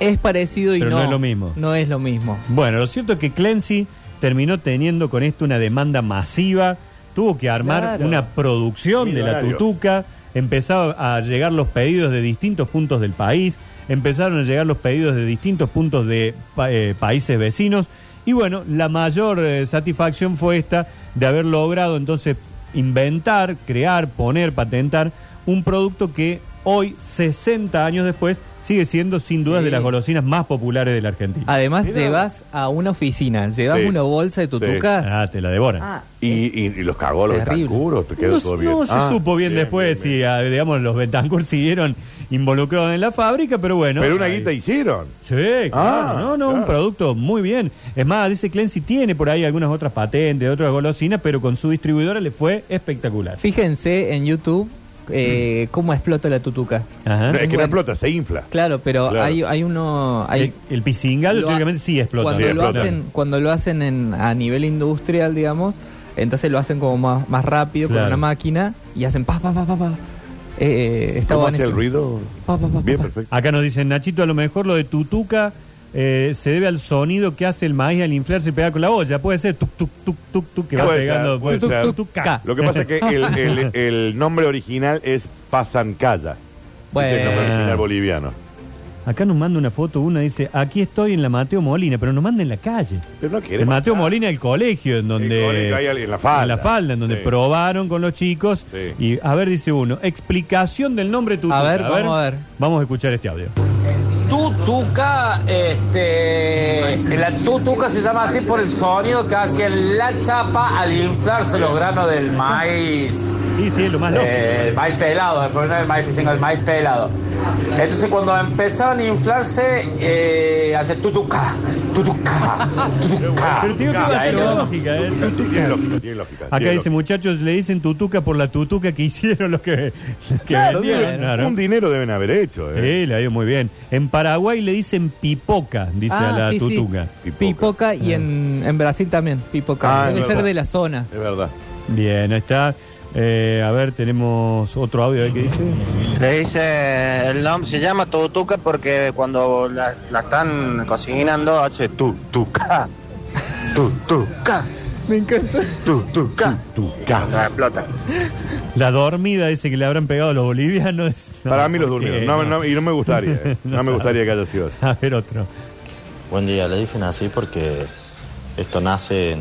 [SPEAKER 3] es parecido y
[SPEAKER 2] Pero
[SPEAKER 3] no.
[SPEAKER 2] no es lo mismo.
[SPEAKER 3] No es lo mismo.
[SPEAKER 2] Bueno, lo cierto es que Clancy terminó teniendo con esto una demanda masiva, tuvo que armar
[SPEAKER 3] Claro.
[SPEAKER 2] una producción de la
[SPEAKER 1] Millonario.
[SPEAKER 2] tutuca, empezaron a llegar los pedidos de distintos puntos del país, empezaron a llegar los pedidos de distintos puntos de pa- eh, países vecinos, y bueno, la mayor eh, satisfacción fue esta de haber logrado entonces inventar, crear, poner, patentar un producto que hoy, 60 años después, sigue siendo sin dudas
[SPEAKER 3] Sí. Ah,
[SPEAKER 2] de las golosinas más populares de la Argentina.
[SPEAKER 3] Además, llevas a una oficina, llevas
[SPEAKER 1] Sí.
[SPEAKER 3] una bolsa de tutucas.
[SPEAKER 2] Ah, te la devoran.
[SPEAKER 3] Ah,
[SPEAKER 1] Y, y, y los cagó los
[SPEAKER 3] Terrible.
[SPEAKER 1] Betancourt, o te quedó
[SPEAKER 2] no
[SPEAKER 1] todo bien.
[SPEAKER 2] no se
[SPEAKER 1] Ah,
[SPEAKER 2] supo bien,
[SPEAKER 1] bien,
[SPEAKER 2] después
[SPEAKER 1] bien,
[SPEAKER 2] si, ah, digamos, los Betancourt siguieron involucrados en la fábrica, pero bueno.
[SPEAKER 1] Pero una
[SPEAKER 2] ahí-
[SPEAKER 1] guita hicieron.
[SPEAKER 2] Sí, claro,
[SPEAKER 1] Ah,
[SPEAKER 2] no, no,
[SPEAKER 1] claro.
[SPEAKER 2] un producto muy bien. Es más, dice Clancy tiene por ahí algunas otras patentes, otras golosinas, pero con su distribuidora le fue espectacular.
[SPEAKER 3] Fíjense en YouTube eh,
[SPEAKER 2] Mm.
[SPEAKER 3] cómo explota la tutuca.
[SPEAKER 2] Ajá.
[SPEAKER 1] No, es que no
[SPEAKER 3] Bueno.
[SPEAKER 1] explota, se infla.
[SPEAKER 3] Claro, pero
[SPEAKER 1] Claro.
[SPEAKER 3] hay, hay uno. Hay,
[SPEAKER 2] El, el pisingallo,
[SPEAKER 3] lo ha-
[SPEAKER 2] teóricamente, sí explota.
[SPEAKER 3] Cuando
[SPEAKER 1] Sí,
[SPEAKER 3] lo
[SPEAKER 1] explota.
[SPEAKER 3] hacen, cuando lo hacen en- a nivel industrial, digamos, entonces lo hacen como más, más rápido con
[SPEAKER 2] Claro.
[SPEAKER 3] una máquina y hacen pa pa pa pa pa. Eh, eh, está
[SPEAKER 1] ¿Cómo hace el
[SPEAKER 3] buenísimo.
[SPEAKER 1] ruido?
[SPEAKER 3] Pa, pa, pa, pa,
[SPEAKER 1] Bien,
[SPEAKER 3] pa.
[SPEAKER 1] perfecto.
[SPEAKER 2] Acá nos dicen, Nachito, a lo mejor lo de tutuca eh, se debe al sonido que hace el maíz al inflarse y pegar con la olla. Puede ser tuk, tuk, tuk, tuk, tuk, que va
[SPEAKER 1] Puede ser,
[SPEAKER 2] pegando.
[SPEAKER 1] puede
[SPEAKER 2] tuk,
[SPEAKER 1] ser.
[SPEAKER 2] tuk, tuk, ca.
[SPEAKER 1] Lo que pasa es que el, el- el nombre original es Pasancaya.
[SPEAKER 3] Bueno.
[SPEAKER 1] Es el nombre original boliviano.
[SPEAKER 2] Acá nos manda una foto, una dice, aquí estoy en la Mateo Molina, pero nos manda en la calle.
[SPEAKER 1] Pero no quiere.
[SPEAKER 2] En Mateo
[SPEAKER 1] matar.
[SPEAKER 2] Molina, el colegio, en donde...
[SPEAKER 1] El colegio ahí en la falda.
[SPEAKER 2] En la falda, en donde
[SPEAKER 1] Sí.
[SPEAKER 2] probaron con los chicos.
[SPEAKER 1] Sí.
[SPEAKER 2] Y a ver, dice uno, explicación del nombre tutuca.
[SPEAKER 3] ver, vamos a ver.
[SPEAKER 2] Vamos a escuchar este audio.
[SPEAKER 6] Tutuca tutuca, este, la tutuca se llama así por el sonido que hace la chapa al inflarse los granos del maíz.
[SPEAKER 2] Sí, sí, es lo más loco.
[SPEAKER 6] Eh, el maíz pelado, el problema del maíz, sino el maíz pelado. Entonces cuando empezaron a inflarse, eh, hace tutuca, tutuca, tutuca.
[SPEAKER 2] Pero te digo que
[SPEAKER 1] Acá,
[SPEAKER 2] va a
[SPEAKER 6] ahí
[SPEAKER 2] tener
[SPEAKER 6] lo-
[SPEAKER 2] lógica, ¿eh?
[SPEAKER 1] Tiene lógica, tiene lógica.
[SPEAKER 2] Acá
[SPEAKER 1] tiene
[SPEAKER 2] dice, muchachos, le dicen tutuca por la tutuca que hicieron los que, los que
[SPEAKER 1] Claro,
[SPEAKER 2] vendieron.
[SPEAKER 1] deben-
[SPEAKER 2] Claro. ¿eh?
[SPEAKER 1] Un dinero deben haber hecho. eh.
[SPEAKER 2] Sí, le ha ido muy bien. En Paraguay le dicen pipoca, dice
[SPEAKER 3] Ah,
[SPEAKER 2] a la
[SPEAKER 3] sí, sí.
[SPEAKER 2] tutuca.
[SPEAKER 1] Pipoca.
[SPEAKER 3] Pipoca, y en, en Brasil también, pipoca.
[SPEAKER 1] Ah,
[SPEAKER 3] Debe
[SPEAKER 1] es
[SPEAKER 3] ser
[SPEAKER 1] verdad.
[SPEAKER 3] de la zona.
[SPEAKER 1] Es verdad.
[SPEAKER 2] Bien, ahí está. Eh, a ver, tenemos otro audio ahí que dice.
[SPEAKER 7] Le dice, el nombre se llama tutuca porque cuando la, la están cocinando hace tutuca, tutuca,
[SPEAKER 3] Me encanta.
[SPEAKER 7] tutuca,
[SPEAKER 1] Tutuca.
[SPEAKER 7] la explota.
[SPEAKER 2] La dormida dice que le habrán pegado a los bolivianos. No,
[SPEAKER 1] Para mí los
[SPEAKER 2] ¿por qué?
[SPEAKER 1] durmieron. No, no, y no me gustaría. eh. No,
[SPEAKER 2] No
[SPEAKER 1] me
[SPEAKER 2] sabe.
[SPEAKER 1] gustaría que haya sido así.
[SPEAKER 2] A ver otro.
[SPEAKER 8] Buen día, le dicen así porque esto nace en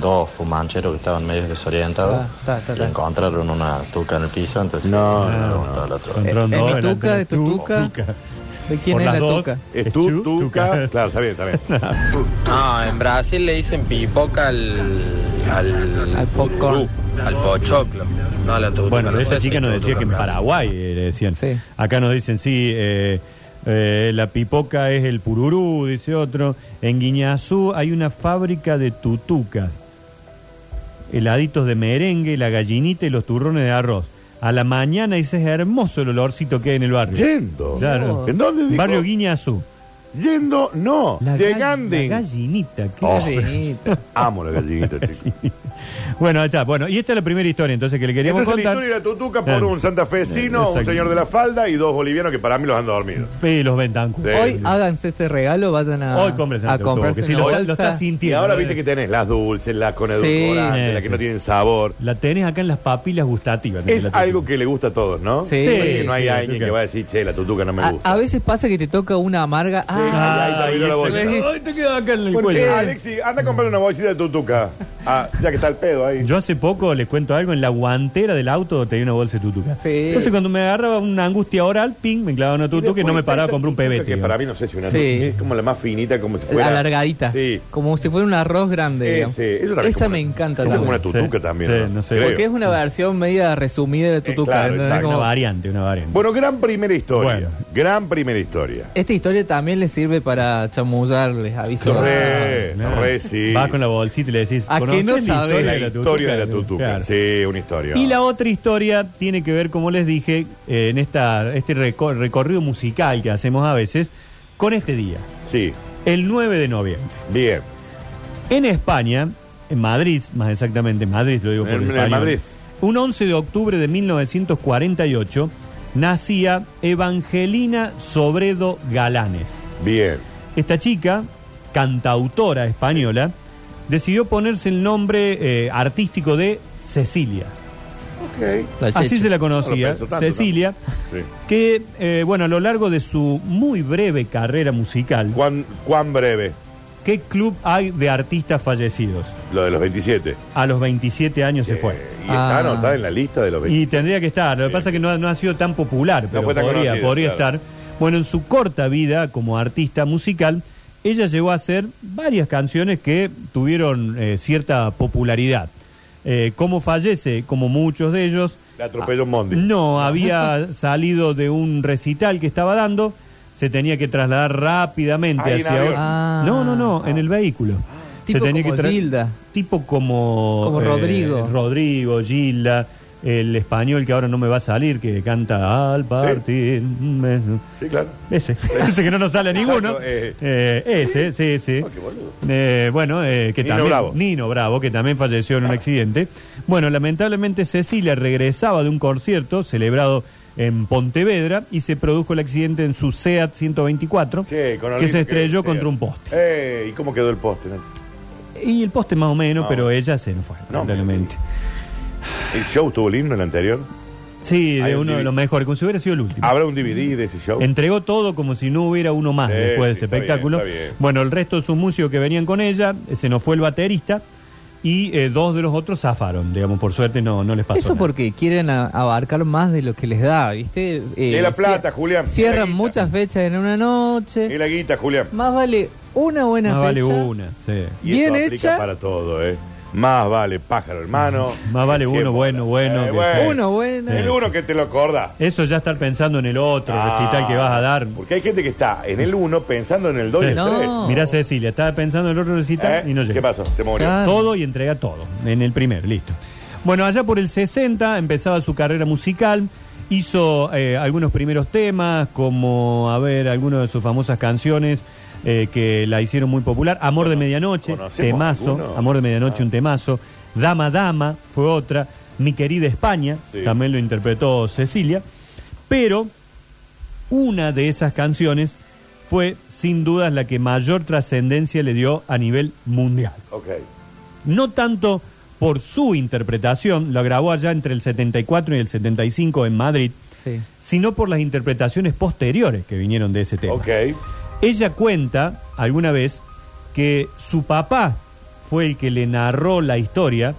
[SPEAKER 8] dos fumancheros que estaban medio desorientados
[SPEAKER 3] Ah, está, está, está.
[SPEAKER 8] y encontraron una tuca en el piso, entonces
[SPEAKER 1] No,
[SPEAKER 8] le
[SPEAKER 1] no,
[SPEAKER 8] preguntó al otro.
[SPEAKER 2] Entró en
[SPEAKER 3] Eh,
[SPEAKER 2] dos,
[SPEAKER 3] es mi
[SPEAKER 2] delante
[SPEAKER 3] tuca,
[SPEAKER 2] de
[SPEAKER 3] es tu
[SPEAKER 2] tu-
[SPEAKER 3] tuca. ¿De quién
[SPEAKER 2] Por
[SPEAKER 3] es
[SPEAKER 2] las
[SPEAKER 3] la
[SPEAKER 2] dos.
[SPEAKER 3] tuca?
[SPEAKER 1] Es,
[SPEAKER 2] Es
[SPEAKER 1] tu,
[SPEAKER 2] tu,
[SPEAKER 1] tuca.
[SPEAKER 2] tuca.
[SPEAKER 1] Claro, está bien, está bien.
[SPEAKER 9] No, en Brasil le dicen pipoca al. al.
[SPEAKER 3] Al
[SPEAKER 1] Uh,
[SPEAKER 3] popcorn.
[SPEAKER 9] al pochoclo. No, a la tutuca.
[SPEAKER 2] Bueno, esta chica nos decía que en
[SPEAKER 9] paraba.
[SPEAKER 2] Paraguay eh, le decían.
[SPEAKER 3] Sí.
[SPEAKER 2] Acá nos dicen, sí, eh, eh, la pipoca es el pururú, dice otro. En Guiñazú hay una fábrica de tutucas, heladitos de merengue, la gallinita y los turrones de arroz. A la mañana dice, es hermoso el olorcito que hay en el barrio.
[SPEAKER 1] Yendo.
[SPEAKER 2] Claro.
[SPEAKER 1] ¿En dónde dijo?
[SPEAKER 2] Barrio Guiñazú.
[SPEAKER 1] Yendo, no.
[SPEAKER 2] La
[SPEAKER 1] llegando.
[SPEAKER 2] gall- la gallinita. qué
[SPEAKER 1] Oh.
[SPEAKER 3] Gallinita.
[SPEAKER 1] Amo la gallinita, chicos.
[SPEAKER 2] Bueno, ahí está. Bueno, y esta es la primera historia, entonces, que le
[SPEAKER 1] Esta
[SPEAKER 2] queríamos
[SPEAKER 1] es la
[SPEAKER 2] contar.
[SPEAKER 1] historia de la tutuca por
[SPEAKER 2] Claro.
[SPEAKER 1] un santafesino, un
[SPEAKER 2] Exacto.
[SPEAKER 1] señor de la falda y dos bolivianos que para mí los han dormido.
[SPEAKER 2] Sí, los ventancos.
[SPEAKER 1] Sí.
[SPEAKER 3] Hoy háganse este regalo, vayan a,
[SPEAKER 2] Hoy cómprense
[SPEAKER 3] a
[SPEAKER 2] ante todo,
[SPEAKER 3] comprarse
[SPEAKER 2] que si
[SPEAKER 3] una
[SPEAKER 2] lo, lo
[SPEAKER 3] bolsa.
[SPEAKER 2] estás
[SPEAKER 1] Y
[SPEAKER 2] sintiendo.
[SPEAKER 1] ahora
[SPEAKER 2] ¿no?
[SPEAKER 1] viste que tenés las dulces, las con edulcorante,
[SPEAKER 2] Sí.
[SPEAKER 1] las que no
[SPEAKER 2] Sí.
[SPEAKER 1] tienen sabor.
[SPEAKER 2] La tenés acá en las papilas gustativas. tenés
[SPEAKER 1] Es
[SPEAKER 2] la tutuca.
[SPEAKER 1] algo que le gusta a todos, ¿no?
[SPEAKER 3] Sí.
[SPEAKER 1] Porque no hay
[SPEAKER 2] Sí, la
[SPEAKER 1] alguien
[SPEAKER 2] tutuca.
[SPEAKER 1] que va a decir, che, la tutuca no me
[SPEAKER 3] A,
[SPEAKER 1] gusta.
[SPEAKER 3] a veces pasa que te toca una amarga. Ah,
[SPEAKER 1] ahí está,
[SPEAKER 2] Ah,
[SPEAKER 1] ahí
[SPEAKER 2] y
[SPEAKER 1] la
[SPEAKER 2] ese-
[SPEAKER 1] bolsa.
[SPEAKER 2] Ay, te quedó acá en el
[SPEAKER 3] ¿Por
[SPEAKER 2] cuello.
[SPEAKER 3] qué?
[SPEAKER 1] Eh, Alexi, anda a comprar una bolsita de tutuca. Ah, ya que está el pedo ahí.
[SPEAKER 2] Yo hace poco les cuento algo, en la guantera del auto tenía una bolsa de tutuca.
[SPEAKER 3] Sí.
[SPEAKER 2] Entonces cuando me agarraba una angustia oral, ping, me clavaba una tutuca y no me paraba a comprar un pebete.
[SPEAKER 1] Que
[SPEAKER 2] digamos.
[SPEAKER 1] para mí no sé si una
[SPEAKER 3] Sí.
[SPEAKER 1] tutuca es como la más finita, como si fuera.
[SPEAKER 3] alargadita.
[SPEAKER 1] Sí.
[SPEAKER 3] Como si fuera un arroz grande. digamos.
[SPEAKER 1] Ese, eso también
[SPEAKER 3] Esa
[SPEAKER 1] como
[SPEAKER 3] me
[SPEAKER 1] una- Esa
[SPEAKER 3] encanta.
[SPEAKER 1] es como
[SPEAKER 3] también.
[SPEAKER 1] una tutuca
[SPEAKER 2] Sí,
[SPEAKER 1] también.
[SPEAKER 2] sí,
[SPEAKER 1] ¿no?
[SPEAKER 2] no sé.
[SPEAKER 1] Creo.
[SPEAKER 3] Porque es una versión media resumida de
[SPEAKER 1] Eh,
[SPEAKER 3] tutuca.
[SPEAKER 1] claro,
[SPEAKER 3] ¿entendés?
[SPEAKER 1] exacto.
[SPEAKER 2] Una
[SPEAKER 3] Como-
[SPEAKER 2] variante, una variante.
[SPEAKER 1] Bueno, gran primera historia.
[SPEAKER 2] Bueno.
[SPEAKER 1] Gran primera historia.
[SPEAKER 3] esta historia también les sirve para chamullarles, aviso.
[SPEAKER 1] Re, re, sí.
[SPEAKER 2] Vas con la bolsita y le decís,
[SPEAKER 3] ¿A que
[SPEAKER 2] "¿Conocés
[SPEAKER 3] no
[SPEAKER 2] la historia
[SPEAKER 3] sabés?
[SPEAKER 1] La
[SPEAKER 2] de la
[SPEAKER 1] historia
[SPEAKER 2] tutuca?".
[SPEAKER 1] de la tutuca.
[SPEAKER 2] Claro.
[SPEAKER 1] Sí, una historia.
[SPEAKER 2] Y la otra historia tiene que ver, como les dije, eh, en esta, este recor- recorrido musical que hacemos a veces, con este día,
[SPEAKER 1] Sí,
[SPEAKER 2] el 9 de noviembre.
[SPEAKER 1] bien.
[SPEAKER 2] En España, en Madrid, más exactamente, en Madrid lo digo por
[SPEAKER 1] En- en
[SPEAKER 2] español,
[SPEAKER 1] Madrid.
[SPEAKER 2] un 11 de octubre de 1948 nacía Evangelina Sobredo Galanes.
[SPEAKER 1] Bien.
[SPEAKER 2] Esta chica, cantautora española, decidió ponerse el nombre eh, artístico de Cecilia.
[SPEAKER 1] Ok.
[SPEAKER 3] La
[SPEAKER 2] Así
[SPEAKER 3] checha.
[SPEAKER 2] se la
[SPEAKER 1] No lo
[SPEAKER 2] conocía,
[SPEAKER 1] pensó tanto,
[SPEAKER 2] Cecilia,
[SPEAKER 1] ¿no? Sí.
[SPEAKER 2] que, eh, bueno, a lo largo de su muy breve carrera musical,
[SPEAKER 1] ¿Cuán, cuán breve?
[SPEAKER 2] ¿qué club hay de artistas fallecidos?
[SPEAKER 1] Lo de los 27.
[SPEAKER 2] A los 27 años se fue.
[SPEAKER 1] Eh, y está
[SPEAKER 3] Ah.
[SPEAKER 1] anotada en la lista de los
[SPEAKER 2] Y
[SPEAKER 1] 27.
[SPEAKER 2] tendría que estar, lo que
[SPEAKER 1] Sí.
[SPEAKER 2] pasa es que no, ha- no ha sido tan popular, pero
[SPEAKER 1] fue tan
[SPEAKER 2] podría,
[SPEAKER 1] conocida,
[SPEAKER 2] podría
[SPEAKER 1] claro.
[SPEAKER 2] estar. Bueno, en su corta vida como artista musical, ella llegó a hacer varias canciones que tuvieron eh, cierta popularidad. Eh, ¿Cómo fallece? Como muchos de ellos,
[SPEAKER 1] La atropelló un Mondi.
[SPEAKER 2] No, había salido de un recital que estaba dando, se tenía que trasladar rápidamente
[SPEAKER 1] Ahí en
[SPEAKER 2] hacia
[SPEAKER 1] avión.
[SPEAKER 2] otro-
[SPEAKER 3] Ah.
[SPEAKER 2] No, no, no, en el vehículo.
[SPEAKER 3] Tipo
[SPEAKER 2] se tenía
[SPEAKER 3] como
[SPEAKER 2] que tra-
[SPEAKER 3] Gilda.
[SPEAKER 2] Tipo como, eh,
[SPEAKER 3] Como Rodrigo.
[SPEAKER 2] Rodrigo, Gilda, el español que ahora no me va a salir, que canta al partir.
[SPEAKER 1] Sí, claro.
[SPEAKER 2] Ese, ese que no nos sale a ninguno.
[SPEAKER 1] Exacto, eh.
[SPEAKER 2] Eh, ese, sí, sí.
[SPEAKER 1] Oh, qué boludo.
[SPEAKER 2] Eh, bueno, eh, que
[SPEAKER 1] Nino
[SPEAKER 2] también.
[SPEAKER 1] Bravo.
[SPEAKER 2] Nino Bravo, que también falleció en un accidente. Bueno, lamentablemente Cecilia regresaba de un concierto celebrado en Pontevedra y se produjo el accidente en su SEAT 124
[SPEAKER 1] Che, con lo
[SPEAKER 2] que se
[SPEAKER 1] lindo
[SPEAKER 2] estrelló
[SPEAKER 1] es,
[SPEAKER 2] contra
[SPEAKER 1] che.
[SPEAKER 2] un poste.
[SPEAKER 1] Eh, ¿Y cómo quedó el poste? Nacho?
[SPEAKER 2] Y el poste más o menos,
[SPEAKER 1] No.
[SPEAKER 2] pero ella se nos fue,
[SPEAKER 1] No,
[SPEAKER 2] lamentablemente.
[SPEAKER 1] ¿El show estuvo lindo el anterior?
[SPEAKER 2] Sí,
[SPEAKER 1] Hay
[SPEAKER 2] de
[SPEAKER 1] un
[SPEAKER 2] uno de
[SPEAKER 1] DVD.
[SPEAKER 2] los mejores, como si hubiera sido el último.
[SPEAKER 1] ¿Habrá un DVD de ese show?
[SPEAKER 2] Entregó todo como si no hubiera uno más
[SPEAKER 1] Sí,
[SPEAKER 2] después de
[SPEAKER 1] sí,
[SPEAKER 2] ese
[SPEAKER 1] está bien,
[SPEAKER 2] espectáculo.
[SPEAKER 1] está bien.
[SPEAKER 2] Bueno, el resto de sus músicos que venían con ella, eh, se nos fue el baterista. y eh, dos de los otros zafaron, digamos, por suerte no, no les pasó.
[SPEAKER 3] Eso
[SPEAKER 2] nada.
[SPEAKER 3] porque quieren a- abarcar más de lo que les da, ¿viste? Eh,
[SPEAKER 1] Es la plata,
[SPEAKER 3] cier-
[SPEAKER 1] Julián, es la
[SPEAKER 3] Cierran
[SPEAKER 1] guita.
[SPEAKER 3] muchas fechas en una noche.
[SPEAKER 1] Es la guita, Julián.
[SPEAKER 3] Más vale una buena
[SPEAKER 2] Más vale
[SPEAKER 3] fecha.
[SPEAKER 2] una, sí.
[SPEAKER 1] Y
[SPEAKER 3] Bien
[SPEAKER 1] eso aplica
[SPEAKER 3] hecha.
[SPEAKER 1] para todo, ¿eh? Más vale pájaro, hermano.
[SPEAKER 2] Más vale uno
[SPEAKER 1] Siempre.
[SPEAKER 2] bueno, bueno,
[SPEAKER 1] Eh,
[SPEAKER 2] que
[SPEAKER 1] bueno.
[SPEAKER 2] sea.
[SPEAKER 3] Uno buena.
[SPEAKER 1] El uno que te lo acorda.
[SPEAKER 2] Eso ya estar pensando en el otro recital que vas a dar.
[SPEAKER 1] Porque hay gente que está en el uno pensando en el dos y el
[SPEAKER 2] Sí.
[SPEAKER 1] tres.
[SPEAKER 3] No.
[SPEAKER 2] Mirá Cecilia, estaba pensando en el otro recital
[SPEAKER 1] ¿Eh?
[SPEAKER 2] y no llega.
[SPEAKER 1] ¿Qué pasó? Se murió.
[SPEAKER 3] Claro.
[SPEAKER 2] Todo y entrega todo. En el primer, listo. Bueno, allá por el 60 empezaba su carrera musical. Hizo eh, algunos primeros temas, como, a ver, algunas de sus famosas canciones eh, que la hicieron muy popular. Amor de Medianoche,
[SPEAKER 1] ¿conocemos Ah.
[SPEAKER 2] temazo.
[SPEAKER 1] alguno?
[SPEAKER 2] Amor de Medianoche, un temazo. Dama Dama fue otra. Mi querida España,
[SPEAKER 1] Sí.
[SPEAKER 2] también lo interpretó Cecilia. Pero una de esas canciones fue, sin dudas, la que mayor trascendencia le dio a nivel mundial
[SPEAKER 1] Ok.
[SPEAKER 2] no tanto por su interpretación, lo grabó allá entre el 74 y el 75 en Madrid,
[SPEAKER 3] Sí.
[SPEAKER 2] sino por las interpretaciones posteriores que vinieron de ese tema.
[SPEAKER 1] Ok.
[SPEAKER 2] Ella cuenta alguna vez que su papá fue el que le narró la historia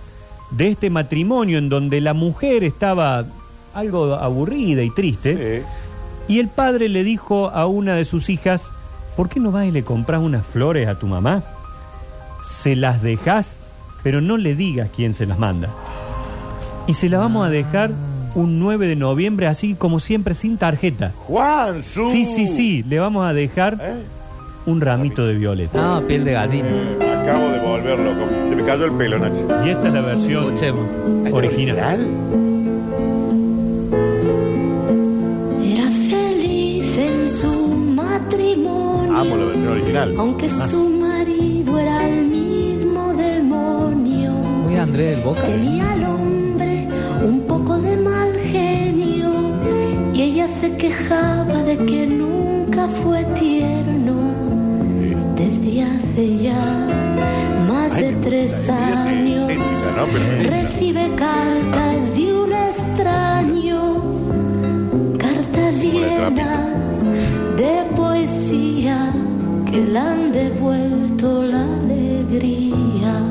[SPEAKER 2] de este matrimonio en donde la mujer estaba algo aburrida y triste.
[SPEAKER 1] Sí.
[SPEAKER 2] Y el padre le dijo a una de sus hijas, ¿por qué no vas y le compras unas flores a tu mamá? Se las dejas, pero no le digas quién se las manda. Y se la vamos a dejar un 9 de noviembre, así como siempre, sin tarjeta.
[SPEAKER 1] Juan Su.
[SPEAKER 2] Sí, sí, sí, le vamos a dejar
[SPEAKER 1] ¿Eh?
[SPEAKER 2] un ramito de violeta.
[SPEAKER 3] No, Ah, piel de gallina.
[SPEAKER 1] Eh, Acabo de volver loco. Se me cayó el pelo, Nacho.
[SPEAKER 2] Y esta es la versión
[SPEAKER 3] Escuchemos.
[SPEAKER 2] original.
[SPEAKER 5] Era feliz en su matrimonio.
[SPEAKER 1] Amo la versión original. Ah.
[SPEAKER 5] Aunque su marido era el mismo demonio.
[SPEAKER 3] Muy Andrés del Boca.
[SPEAKER 5] Tenía al hombre un poco de mal genio. Y ella se quejaba de que nunca fue tierno. Desde hace ya más de tres años.
[SPEAKER 1] Tétrica, ¿no? Pero
[SPEAKER 5] Recibe cartas de un extraño, cartas llenas de poesía que le han devuelto la alegría.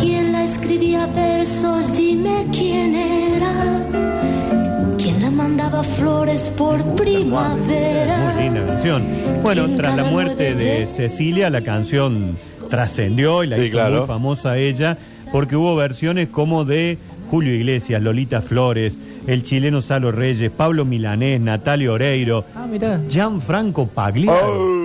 [SPEAKER 5] ¿Quién la escribía versos? Dime quién era. ¿Quién la mandaba flores por primavera?
[SPEAKER 2] Muy linda canción. Bueno, tras la muerte de Cecilia, la canción trascendió y la
[SPEAKER 1] Sí,
[SPEAKER 2] hizo
[SPEAKER 1] claro.
[SPEAKER 2] muy famosa ella, porque hubo versiones como de Julio Iglesias, Lolita Flores, el chileno Salo Reyes, Pablo Milanés, Natalia Oreiro,
[SPEAKER 3] Ah, mirá.
[SPEAKER 2] Gianfranco
[SPEAKER 1] Oh.
[SPEAKER 2] Pagliaro.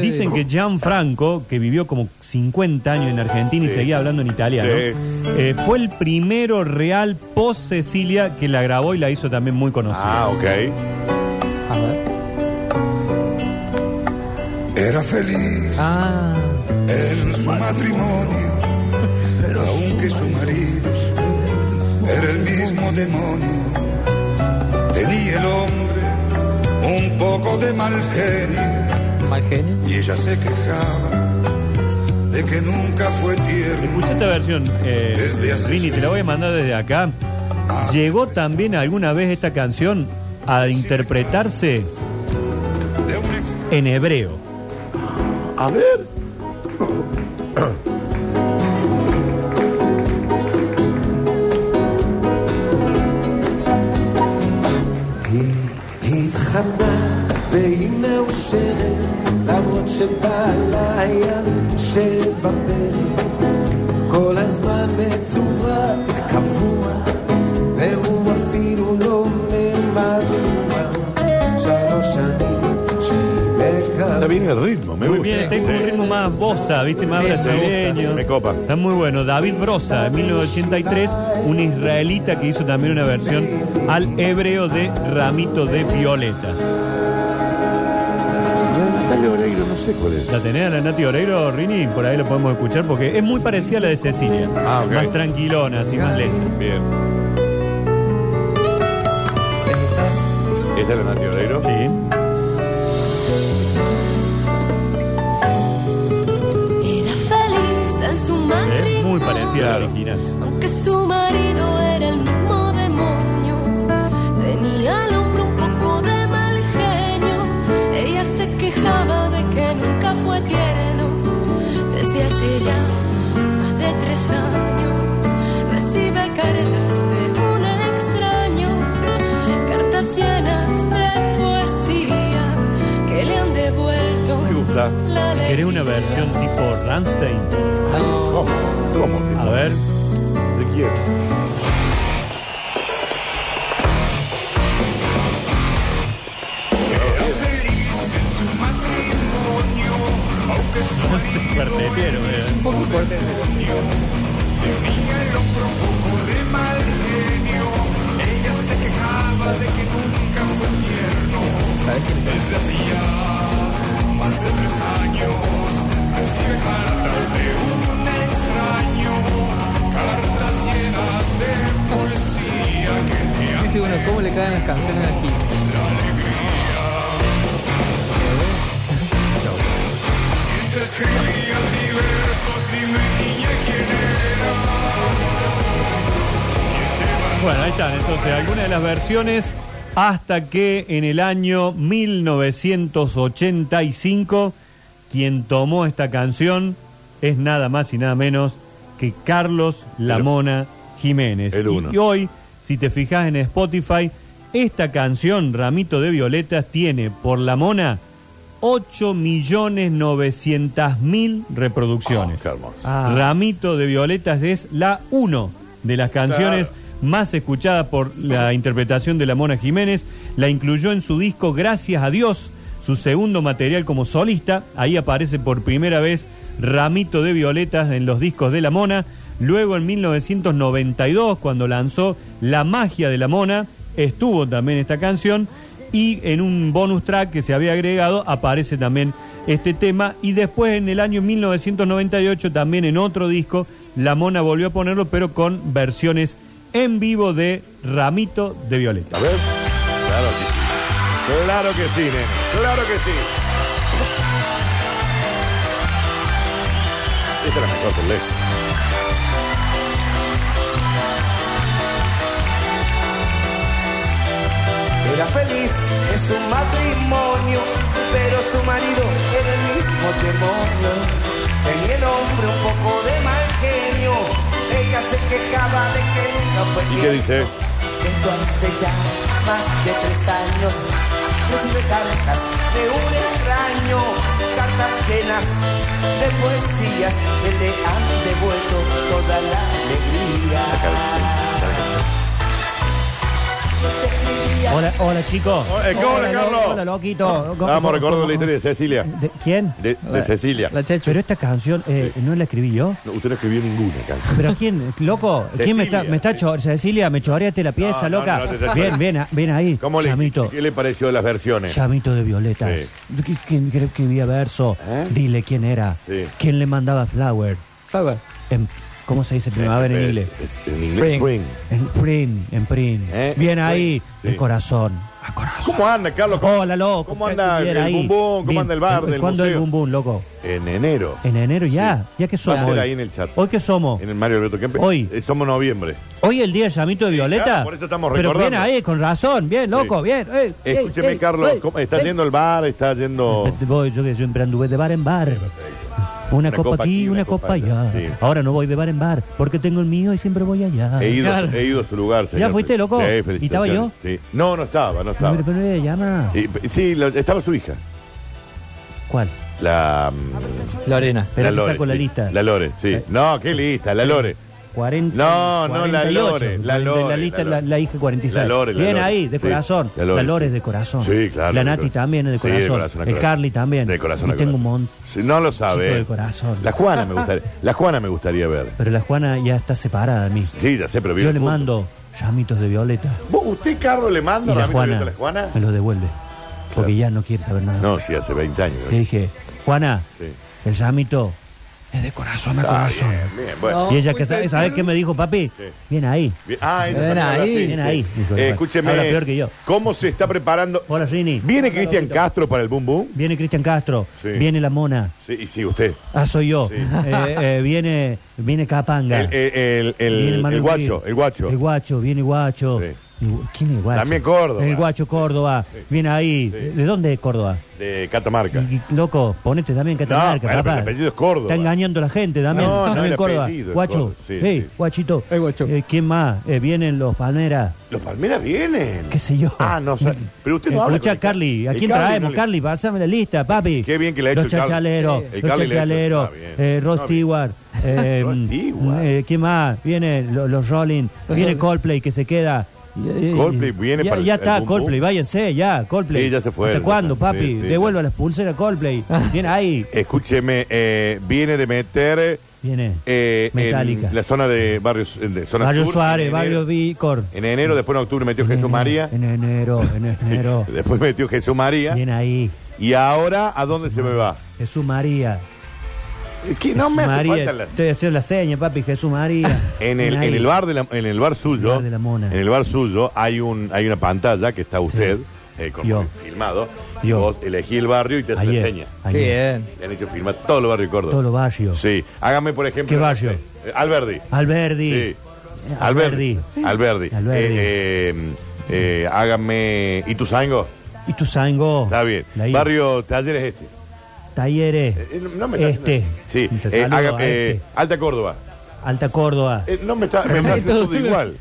[SPEAKER 2] Dicen que Gianfranco, que vivió como 50 años en Argentina y
[SPEAKER 1] Sí.
[SPEAKER 2] seguía hablando en italiano,
[SPEAKER 1] Sí.
[SPEAKER 2] eh, fue el primero real post Cecilia que la grabó y la hizo también muy conocida.
[SPEAKER 1] Ah, ok.
[SPEAKER 3] A ver.
[SPEAKER 10] Era feliz
[SPEAKER 3] Ah,
[SPEAKER 10] en su matrimonio, aunque su marido era el mismo demonio. Tenía el hombre un poco de mal genio
[SPEAKER 3] mal genio.
[SPEAKER 10] y ella se quejaba de que nunca fue tierno.
[SPEAKER 2] Escucha esta versión, eh,
[SPEAKER 10] Desde hace
[SPEAKER 2] Rini, te la voy a mandar desde acá.
[SPEAKER 1] Ah.
[SPEAKER 2] Llegó también alguna vez esta canción a interpretarse
[SPEAKER 10] De un extraño
[SPEAKER 2] en hebreo.
[SPEAKER 1] A ver.
[SPEAKER 4] התחתנה והיא מאושרת למרות שבעלה היה שבע פרק כל הזמן מצורע קבוע והוא אפילו לא ממדוע שלוש שנים
[SPEAKER 1] Está
[SPEAKER 4] שמקווה
[SPEAKER 1] bien el ritmo, me gusta.
[SPEAKER 2] Bien, tengo un
[SPEAKER 1] Sí.
[SPEAKER 2] ritmo más bossa, ¿viste? Más
[SPEAKER 3] Sí, me
[SPEAKER 2] brasileño.
[SPEAKER 1] gusta. Me copa.
[SPEAKER 2] Está muy bueno. David Brosa, en 1983, un israelita que hizo también una versión al hebreo de Ramito de Violeta.
[SPEAKER 1] Natalia Oreiro, no sé cuál es.
[SPEAKER 2] ¿La tenés a la Nati Oreiro, Rini? Por ahí la podemos escuchar porque es muy parecida a la de Cecilia.
[SPEAKER 1] Ah, ok.
[SPEAKER 2] Más tranquilona, así más lenta.
[SPEAKER 1] Bien. ¿Esta es la Nati Oreiro?
[SPEAKER 2] Sí.
[SPEAKER 5] Era feliz en su
[SPEAKER 2] Es
[SPEAKER 5] matrimonio.
[SPEAKER 2] muy parecida a la
[SPEAKER 1] Claro.
[SPEAKER 2] original.
[SPEAKER 5] Aunque su marido era el mismo demonio, tenía al hombre un poco de mal genio. Ella se quejaba de que nunca fue tierno. Desde hace ya
[SPEAKER 1] gusta.
[SPEAKER 2] ¿Querés una versión tipo Rammstein?
[SPEAKER 1] ¿Cómo? ¿Cómo?
[SPEAKER 2] A ver.
[SPEAKER 1] ¿De quién?
[SPEAKER 2] Cuartetero, eh.
[SPEAKER 3] Un poco fuerte. ¿Sabes quién es? Dice uno, ¿cómo le caen las canciones aquí?
[SPEAKER 2] Bueno, ahí están. Entonces, algunas de las versiones hasta que en el año 1985 quien tomó esta canción es nada más y nada menos que Carlos Lamona Jiménez.
[SPEAKER 1] el
[SPEAKER 2] Y-
[SPEAKER 1] uno.
[SPEAKER 2] Y, hoy, si te fijas en Spotify, esta canción, Ramito de Violetas, tiene por Lamona 8.900.000 reproducciones.
[SPEAKER 1] Oh, qué hermoso.
[SPEAKER 3] Ah.
[SPEAKER 2] Ramito de Violetas es la 1 de las canciones
[SPEAKER 1] Claro.
[SPEAKER 2] más escuchada por la interpretación de la Mona Jiménez. La incluyó en su disco Gracias a Dios, su segundo material como solista. Ahí aparece por primera vez Ramito de Violetas en los discos de la Mona. Luego en 1992, cuando lanzó La magia de la Mona, estuvo también esta canción. Y en un bonus track que se había agregado aparece también este tema. Y después en el año 1998, también en otro disco, La Mona volvió a ponerlo, pero con versiones en vivo de Ramito de Violeta.
[SPEAKER 1] A ver. Claro que sí. Claro que sí, nene. Claro que sí. Esta es la mejor del ley.
[SPEAKER 4] Era feliz en su matrimonio, pero su marido era el mismo demonio. Tenía el hombre un poco de mal genio, ella se quejaba de que nunca fue
[SPEAKER 1] ¿Y qué
[SPEAKER 4] tierno.
[SPEAKER 1] dice?
[SPEAKER 4] Entonces ya más de tres años recibe cartas de un extraño, cartas llenas de poesías que le han devuelto toda la alegría. Te escribía
[SPEAKER 11] Hola, hola chicos.
[SPEAKER 1] Eh, ¿cómo hola, Carlos?
[SPEAKER 11] Hola, loquito. ¿Cómo-
[SPEAKER 1] Vamos
[SPEAKER 11] cómo-
[SPEAKER 1] recordando
[SPEAKER 11] cómo-
[SPEAKER 1] la historia de Cecilia.
[SPEAKER 11] ¿De quién?
[SPEAKER 1] De, de
[SPEAKER 3] La-
[SPEAKER 1] Cecilia.
[SPEAKER 3] La Chechu.
[SPEAKER 11] Pero esta canción eh, no la escribí yo.
[SPEAKER 1] No, usted no escribió ninguna canción.
[SPEAKER 11] Pero quién, loco, ¿quién me está,
[SPEAKER 1] Cecilia,
[SPEAKER 11] me está
[SPEAKER 1] sí.
[SPEAKER 11] cho- Cecilia, me choreaste la pieza,
[SPEAKER 1] No, no,
[SPEAKER 11] loca.
[SPEAKER 1] no te está
[SPEAKER 11] bien,
[SPEAKER 1] choreando.
[SPEAKER 11] bien, a- bien ahí.
[SPEAKER 1] ¿Cómo le,
[SPEAKER 11] Chamito.
[SPEAKER 1] ¿Qué le pareció de las versiones?
[SPEAKER 11] Chamito de Violetas. ¿Qui- ¿Quién cree que había verso?
[SPEAKER 1] ¿Eh?
[SPEAKER 11] Dile quién era.
[SPEAKER 1] Sí.
[SPEAKER 11] ¿Quién le mandaba flower?
[SPEAKER 3] Flower.
[SPEAKER 11] En- ¿Cómo se dice primavera en
[SPEAKER 1] Eh,
[SPEAKER 11] inglés?
[SPEAKER 1] eh, En inglés.
[SPEAKER 3] Spring.
[SPEAKER 1] Spring.
[SPEAKER 11] En print, en print.
[SPEAKER 1] Eh,
[SPEAKER 11] bien
[SPEAKER 1] en
[SPEAKER 11] ahí,
[SPEAKER 1] print,
[SPEAKER 11] el
[SPEAKER 1] sí.
[SPEAKER 11] corazón. A corazón.
[SPEAKER 1] ¿Cómo anda, Carlos?
[SPEAKER 11] Hola, loco.
[SPEAKER 1] ¿Cómo anda
[SPEAKER 11] Bien
[SPEAKER 1] el
[SPEAKER 11] ahí.
[SPEAKER 1] bumbum? ¿Cómo
[SPEAKER 11] Bien.
[SPEAKER 1] anda el bar del
[SPEAKER 11] ¿Cuándo el
[SPEAKER 1] museo?
[SPEAKER 11] bumbum, loco?
[SPEAKER 1] En enero.
[SPEAKER 11] En enero ya. ¿Ya qué
[SPEAKER 1] Va a
[SPEAKER 11] somos?
[SPEAKER 1] ser
[SPEAKER 11] hoy?
[SPEAKER 1] ahí en el chat.
[SPEAKER 11] ¿Hoy qué somos?
[SPEAKER 1] En el Mario Alberto Kempe.
[SPEAKER 11] Oh. Hoy.
[SPEAKER 1] Eh, somos noviembre.
[SPEAKER 11] ¿Hoy el día del llamito de Violeta?
[SPEAKER 1] claro, por eso estamos
[SPEAKER 11] Pero bien
[SPEAKER 1] recordando.
[SPEAKER 11] ahí, con razón. Bien, loco,
[SPEAKER 1] Sí.
[SPEAKER 11] bien. Ey, ey,
[SPEAKER 1] Escúcheme,
[SPEAKER 11] ey,
[SPEAKER 1] Carlos.
[SPEAKER 11] ey,
[SPEAKER 1] ¿cómo- ¿Está
[SPEAKER 11] ey.
[SPEAKER 1] yendo al bar? ¿Está yendo...?
[SPEAKER 11] Voy, yo que siempre anduve de bar en bar. Una, copa, aquí, una copa, allá.
[SPEAKER 1] sí.
[SPEAKER 11] Ahora no voy de bar en bar, porque tengo el mío y siempre voy allá.
[SPEAKER 1] He ido,
[SPEAKER 3] Claro.
[SPEAKER 1] he ido a su lugar, señor.
[SPEAKER 11] fuiste, loco?
[SPEAKER 1] Sí,
[SPEAKER 11] ¿Y
[SPEAKER 1] felicitaciones.
[SPEAKER 11] estaba yo?
[SPEAKER 1] Sí. No, no estaba, no
[SPEAKER 11] No,
[SPEAKER 1] estaba.
[SPEAKER 11] pero, pero no le llama.
[SPEAKER 1] Sí, sí, lo- estaba su hija.
[SPEAKER 11] ¿Cuál?
[SPEAKER 1] La... mm,
[SPEAKER 3] Lorena.
[SPEAKER 11] Espera
[SPEAKER 1] la
[SPEAKER 11] que
[SPEAKER 1] Lore,
[SPEAKER 11] saco la
[SPEAKER 1] sí.
[SPEAKER 11] lista.
[SPEAKER 1] La Lore, sí.
[SPEAKER 11] Eh.
[SPEAKER 1] No, qué lista, la Lore.
[SPEAKER 11] 40,
[SPEAKER 1] No, no, la Lore, la Lore,
[SPEAKER 11] La lista,
[SPEAKER 1] la
[SPEAKER 11] la,
[SPEAKER 1] Lore.
[SPEAKER 11] la hija 46.
[SPEAKER 1] La Lore, la
[SPEAKER 11] Bien
[SPEAKER 1] Lore.
[SPEAKER 11] ahí, de
[SPEAKER 1] Sí,
[SPEAKER 11] corazón.
[SPEAKER 1] la
[SPEAKER 11] La
[SPEAKER 1] Lore,
[SPEAKER 11] Lore,
[SPEAKER 1] sí.
[SPEAKER 11] es de corazón.
[SPEAKER 1] Sí, claro,
[SPEAKER 11] La
[SPEAKER 1] de
[SPEAKER 11] Nati
[SPEAKER 1] corazón.
[SPEAKER 11] también es de
[SPEAKER 1] Sí, de
[SPEAKER 11] corazón.
[SPEAKER 1] corazón, de
[SPEAKER 11] el
[SPEAKER 1] corazón.
[SPEAKER 11] Carly también.
[SPEAKER 1] De corazón.
[SPEAKER 11] Y
[SPEAKER 1] de
[SPEAKER 11] tengo un
[SPEAKER 1] corazón.
[SPEAKER 11] montón.
[SPEAKER 1] Sí, no lo sabe.
[SPEAKER 11] Chico de corazón.
[SPEAKER 1] La Juana me gustaría. La Juana me gustaría ver.
[SPEAKER 11] Pero la Juana ya está separada de mí.
[SPEAKER 1] Sí, ya sé, pero
[SPEAKER 11] Yo
[SPEAKER 1] viven
[SPEAKER 11] le
[SPEAKER 1] juntos.
[SPEAKER 11] mamitos mando llamitos de violeta.
[SPEAKER 1] ¿Vos, ¿Usted, Carlos, le manda
[SPEAKER 11] Y la
[SPEAKER 1] ramito de violeta
[SPEAKER 11] Juana,
[SPEAKER 1] a la Juana?
[SPEAKER 11] me lo devuelve. Porque ya no quiere saber nada.
[SPEAKER 1] No, sí, hace 20 años.
[SPEAKER 11] Le dije, Juana,
[SPEAKER 1] Sí.
[SPEAKER 11] el llamito es de corazón a
[SPEAKER 1] Ah,
[SPEAKER 11] corazón.
[SPEAKER 1] bien, bien,
[SPEAKER 11] Y
[SPEAKER 1] bueno.
[SPEAKER 3] pues,
[SPEAKER 11] ella, que sabe,
[SPEAKER 3] eh,
[SPEAKER 11] ¿sabes qué me dijo, papi? Bien ahí.
[SPEAKER 1] Bien, Ah, ella
[SPEAKER 3] Ven
[SPEAKER 1] también habla
[SPEAKER 3] ahí,
[SPEAKER 1] así,
[SPEAKER 11] ven ahí, hijo de
[SPEAKER 1] Eh,
[SPEAKER 11] Juan.
[SPEAKER 1] escúcheme.
[SPEAKER 11] Habla peor que yo.
[SPEAKER 1] ¿Cómo se está preparando?
[SPEAKER 11] Hola, Rini.
[SPEAKER 1] ¿Viene Cristian Castro para el Boom Boom?
[SPEAKER 11] Viene Cristian Castro.
[SPEAKER 1] Sí.
[SPEAKER 11] Viene la mona.
[SPEAKER 1] Sí, y sí, usted.
[SPEAKER 11] Ah, soy yo.
[SPEAKER 1] Sí.
[SPEAKER 11] Eh, eh, viene, viene Capanga.
[SPEAKER 1] El, el, el, el-
[SPEAKER 11] Viene Manuel
[SPEAKER 1] el guacho,
[SPEAKER 11] Ruiz.
[SPEAKER 1] el guacho.
[SPEAKER 11] El guacho, viene guacho.
[SPEAKER 1] Sí.
[SPEAKER 11] Igu- ¿Quién es el guacho?
[SPEAKER 1] También Córdoba.
[SPEAKER 11] El guacho Córdoba. Viene ahí. ¿De dónde es Córdoba?
[SPEAKER 1] de Catamarca.
[SPEAKER 11] Y- y, Loco, ponete también Catamarca,
[SPEAKER 1] bueno,
[SPEAKER 11] papá.
[SPEAKER 1] pero el apellido es Córdoba.
[SPEAKER 11] Está engañando a la gente también.
[SPEAKER 1] No, no,
[SPEAKER 11] también
[SPEAKER 1] el
[SPEAKER 11] Córdoba.
[SPEAKER 1] apellido es
[SPEAKER 11] Guacho.
[SPEAKER 1] Córdoba. Sí,
[SPEAKER 11] Ey,
[SPEAKER 1] sí.
[SPEAKER 11] guachito. Eh, ¿Quién más? Eh, vienen los palmeras.
[SPEAKER 1] Los Palmeras vienen.
[SPEAKER 11] ¿Qué sé yo? Mm.
[SPEAKER 1] Ah, no, o sea, pero usted no habla
[SPEAKER 11] Eh, Escucha,
[SPEAKER 1] con el-
[SPEAKER 11] Carly, ¿a
[SPEAKER 1] el
[SPEAKER 11] quién
[SPEAKER 1] Carly
[SPEAKER 11] traemos?
[SPEAKER 1] no le-
[SPEAKER 11] Carly, pásame la lista, papi.
[SPEAKER 1] Qué bien que le ha
[SPEAKER 11] Los
[SPEAKER 1] hecho el Carly.
[SPEAKER 11] chachaleros,
[SPEAKER 1] Sí. El
[SPEAKER 11] los
[SPEAKER 1] Carly le ha hecho-
[SPEAKER 11] chachaleros,
[SPEAKER 1] está bien.
[SPEAKER 11] eh, Rod
[SPEAKER 1] Está bien.
[SPEAKER 11] Stewart, eh,
[SPEAKER 1] Rod Stewart.
[SPEAKER 11] eh, ¿quién más? Viene lo- los Rolling,
[SPEAKER 3] Los
[SPEAKER 11] viene
[SPEAKER 3] Rolling.
[SPEAKER 11] Coldplay que se queda. Eh,
[SPEAKER 1] Coldplay viene
[SPEAKER 11] ya,
[SPEAKER 1] para el-
[SPEAKER 11] Ya
[SPEAKER 1] el
[SPEAKER 11] está,
[SPEAKER 1] Boom
[SPEAKER 11] Coldplay,
[SPEAKER 1] Boom.
[SPEAKER 11] váyanse, ya, Coldplay.
[SPEAKER 1] Sí, ya se fueron,
[SPEAKER 11] ¿Hasta cuándo,
[SPEAKER 1] ya están.
[SPEAKER 11] papi?
[SPEAKER 1] Sí, Ah. sí,
[SPEAKER 11] Devuelva las pulseras Coldplay. Viene ahí,
[SPEAKER 1] Escúcheme, eh, viene de meter
[SPEAKER 11] viene.
[SPEAKER 1] eh,
[SPEAKER 11] Metallica.
[SPEAKER 1] en la zona de barrios eh, de zona
[SPEAKER 11] Mario
[SPEAKER 1] sur,
[SPEAKER 11] Suárez,
[SPEAKER 1] en
[SPEAKER 11] Mario
[SPEAKER 1] enero,
[SPEAKER 11] Vicor.
[SPEAKER 1] en enero, después en octubre metió Jesús María,
[SPEAKER 11] En enero, en enero.
[SPEAKER 1] después metió Jesús María
[SPEAKER 11] viene ahí,
[SPEAKER 1] y ahora ¿a dónde se me va?
[SPEAKER 11] Jesús María.
[SPEAKER 1] Es que no
[SPEAKER 11] Jesús
[SPEAKER 1] me hace
[SPEAKER 11] María,
[SPEAKER 1] falta la-
[SPEAKER 11] Estoy haciendo la seña, papi, Jesús María.
[SPEAKER 1] en el,
[SPEAKER 11] Ahí.
[SPEAKER 1] en el bar de la- en el bar suyo,
[SPEAKER 11] El bar de la mona.
[SPEAKER 1] en el bar suyo hay un hay una pantalla que está usted eh, con-
[SPEAKER 11] Yo.
[SPEAKER 1] filmado,
[SPEAKER 11] Yo.
[SPEAKER 1] vos elegí el barrio y te hace la
[SPEAKER 11] Ayer,
[SPEAKER 1] seña.
[SPEAKER 11] ayer.
[SPEAKER 3] Bien.
[SPEAKER 1] Le han hecho filmar todos los barrios de Córdoba.
[SPEAKER 11] Todos los barrios.
[SPEAKER 1] Sí, hágame por ejemplo.
[SPEAKER 11] ¿Qué barrio?
[SPEAKER 1] Eh, Alberdi.
[SPEAKER 11] Alberdi. Eh,
[SPEAKER 1] Sí.
[SPEAKER 11] Alberdi.
[SPEAKER 1] Alberdi. Alberdi.
[SPEAKER 11] Alberdi.
[SPEAKER 1] Eh, eh, eh, hágame. ¿Y tu sango?
[SPEAKER 11] Y tu sango.
[SPEAKER 1] Está bien.
[SPEAKER 11] Ahí.
[SPEAKER 1] Barrio Talleres Este.
[SPEAKER 11] Talleres.
[SPEAKER 1] Eh, eh, no me está
[SPEAKER 11] este.
[SPEAKER 1] haciendo- Sí.
[SPEAKER 11] Te
[SPEAKER 1] Eh,
[SPEAKER 11] saludo a
[SPEAKER 1] hágame, eh,
[SPEAKER 11] este.
[SPEAKER 1] Alta Córdoba.
[SPEAKER 11] Alta Córdoba.
[SPEAKER 1] Eh, no me está, me está haciendo todo igual.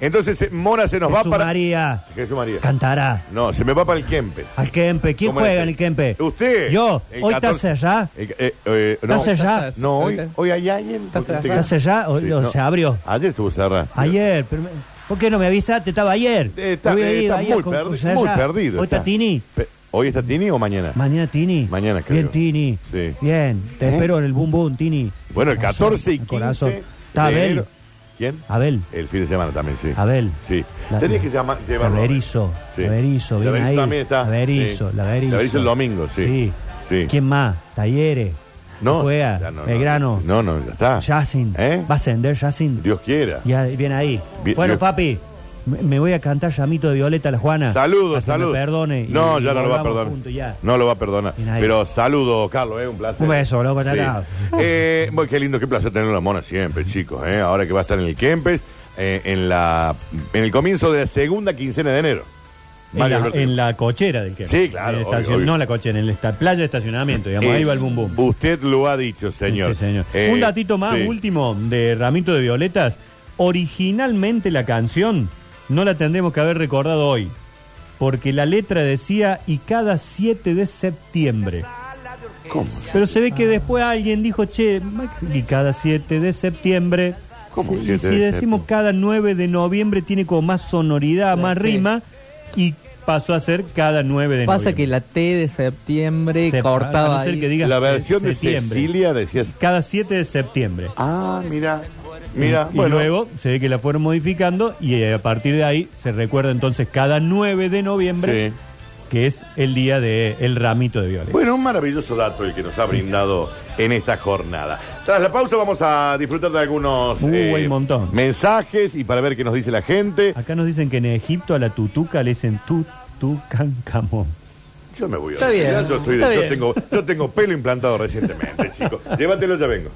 [SPEAKER 1] Entonces, eh, Mora se nos
[SPEAKER 11] Jesús
[SPEAKER 1] va para.
[SPEAKER 11] María.
[SPEAKER 1] Jesús María.
[SPEAKER 11] Cantará.
[SPEAKER 1] No, se me va para el Kempes.
[SPEAKER 11] Al Kempe. ¿Quién
[SPEAKER 1] ¿Cómo era
[SPEAKER 11] juega en
[SPEAKER 1] ese?
[SPEAKER 11] el Kempe?
[SPEAKER 1] Usted.
[SPEAKER 11] Yo.
[SPEAKER 1] El
[SPEAKER 11] Hoy está
[SPEAKER 1] 14.
[SPEAKER 11] allá.
[SPEAKER 1] Eh, eh, eh, no.
[SPEAKER 11] ¿Estás allá?
[SPEAKER 1] No, hoy, hoy hay alguien.
[SPEAKER 3] Está cerrado.
[SPEAKER 11] ¿Está allá? ¿O,
[SPEAKER 1] Sí,
[SPEAKER 11] o
[SPEAKER 1] no.
[SPEAKER 11] se abrió?
[SPEAKER 1] Ayer estuvo cerrado.
[SPEAKER 11] Ayer. pero me- ¿Por qué no me avisaste? Estaba ayer.
[SPEAKER 1] Eh, está-
[SPEAKER 11] Me hubiera ido
[SPEAKER 1] eh, está
[SPEAKER 11] ayer
[SPEAKER 1] muy,
[SPEAKER 11] con-
[SPEAKER 1] perdi-
[SPEAKER 11] con allá.
[SPEAKER 1] muy perdido.
[SPEAKER 11] Hoy está Tini.
[SPEAKER 1] Pe- ¿Hoy está Tini o mañana?
[SPEAKER 11] Mañana Tini.
[SPEAKER 1] Mañana, creo.
[SPEAKER 11] Bien, Tini.
[SPEAKER 1] Sí.
[SPEAKER 11] Bien. Te
[SPEAKER 1] ¿Eh?
[SPEAKER 11] espero en el boom boom, Tini.
[SPEAKER 1] bueno, el
[SPEAKER 11] Corazón,
[SPEAKER 1] 14 y
[SPEAKER 11] el
[SPEAKER 1] 15.
[SPEAKER 11] corazón. Está
[SPEAKER 1] de
[SPEAKER 11] Abel.
[SPEAKER 1] enero- ¿Quién?
[SPEAKER 11] Abel.
[SPEAKER 1] El fin de semana también, sí.
[SPEAKER 11] Abel.
[SPEAKER 1] Sí.
[SPEAKER 11] La-
[SPEAKER 1] Tenías que llamar, llevarlo.
[SPEAKER 11] Laberizo.
[SPEAKER 1] Sí.
[SPEAKER 11] Laberizo, bien
[SPEAKER 1] Laberizo
[SPEAKER 11] ahí.
[SPEAKER 1] también está.
[SPEAKER 11] Laberizo,
[SPEAKER 1] Sí.
[SPEAKER 11] Laberizo.
[SPEAKER 1] Laberizo el domingo, sí. Sí.
[SPEAKER 11] ¿Quién más? Talleres.
[SPEAKER 1] No,
[SPEAKER 11] Juega.
[SPEAKER 1] ya no, no,
[SPEAKER 11] Belgrano.
[SPEAKER 1] No, no, ya está.
[SPEAKER 11] Yacin.
[SPEAKER 1] ¿Eh?
[SPEAKER 11] Va a ascender Yacin.
[SPEAKER 1] Dios quiera.
[SPEAKER 11] Ya viene ahí.
[SPEAKER 1] Bien,
[SPEAKER 11] bueno,
[SPEAKER 1] Dios-
[SPEAKER 11] papi, me, me voy a cantar Llamito de Violeta a la Juana.
[SPEAKER 1] Saludos,
[SPEAKER 11] Para que
[SPEAKER 1] saludos.
[SPEAKER 11] me perdone. y-
[SPEAKER 1] No,
[SPEAKER 11] y
[SPEAKER 1] ya no lo va a
[SPEAKER 11] volvamos
[SPEAKER 1] perdonar.
[SPEAKER 11] juntos, ya.
[SPEAKER 1] No lo va a perdonar.
[SPEAKER 11] Bien ahí.
[SPEAKER 1] Pero saludos, Carlos, es un placer.
[SPEAKER 11] Un beso, loco,
[SPEAKER 1] Sí.
[SPEAKER 11] tarado.
[SPEAKER 1] Eh, bueno, qué lindo, qué placer tener la mona siempre, chicos. eh. Ahora que va a estar en el Kempes, eh, en la en el comienzo de la segunda quincena de enero.
[SPEAKER 2] En
[SPEAKER 1] Mario
[SPEAKER 2] la,
[SPEAKER 1] Alberto.
[SPEAKER 2] en la cochera del que
[SPEAKER 1] Sí, claro,
[SPEAKER 2] En el
[SPEAKER 1] obvio,
[SPEAKER 2] estacion-
[SPEAKER 1] obvio.
[SPEAKER 2] No la cochera, en la esta- playa de estacionamiento, digamos. Ahí
[SPEAKER 1] Es-
[SPEAKER 2] va el bum bum.
[SPEAKER 1] Usted lo ha dicho, señor.
[SPEAKER 2] Sí, señor.
[SPEAKER 1] Eh,
[SPEAKER 2] Un datito más,
[SPEAKER 1] sí.
[SPEAKER 2] último, de Ramito de Violetas. Originalmente la canción no la tendremos que haber recordado hoy, porque la letra decía y cada 7 de septiembre.
[SPEAKER 1] ¿Cómo?
[SPEAKER 2] Pero se ve que después alguien dijo, che, y cada 7 de septiembre.
[SPEAKER 1] ¿Cómo
[SPEAKER 2] Sí, y
[SPEAKER 1] siete
[SPEAKER 2] si
[SPEAKER 1] de
[SPEAKER 2] decimos
[SPEAKER 1] septiembre?
[SPEAKER 2] cada 9 de noviembre tiene como más sonoridad, más
[SPEAKER 3] Sí.
[SPEAKER 2] rima, y pasó a ser cada 9 de
[SPEAKER 3] Pasa
[SPEAKER 2] noviembre.
[SPEAKER 3] que la T de septiembre
[SPEAKER 2] Se- a
[SPEAKER 3] cortaba
[SPEAKER 2] no ser
[SPEAKER 3] ahí.
[SPEAKER 2] que digas
[SPEAKER 1] La versión de
[SPEAKER 2] septiembre.
[SPEAKER 1] Cecilia decía.
[SPEAKER 2] Cada 7 de septiembre.
[SPEAKER 1] Ah, mira. Mira,
[SPEAKER 2] y
[SPEAKER 1] bueno.
[SPEAKER 2] luego se ve que la fueron modificando y eh, a partir de ahí se recuerda entonces cada 9 de noviembre,
[SPEAKER 1] Sí.
[SPEAKER 2] que es el día de el ramito de violetas.
[SPEAKER 1] Bueno, un maravilloso dato el que nos ha brindado en esta jornada. Tras la pausa vamos a disfrutar de algunos eh,
[SPEAKER 2] Uh, hay un montón. Ah.
[SPEAKER 1] mensajes y para ver qué nos dice la gente.
[SPEAKER 2] Acá nos dicen que en Egipto a la tutuca le dicen tutucancamón.
[SPEAKER 1] Yo me voy a
[SPEAKER 3] Está bien,
[SPEAKER 1] retirar, yo, estoy-
[SPEAKER 3] está
[SPEAKER 1] yo
[SPEAKER 3] bien.
[SPEAKER 1] tengo, yo tengo pelo implantado recientemente, chicos. Llévatelo, ya vengo.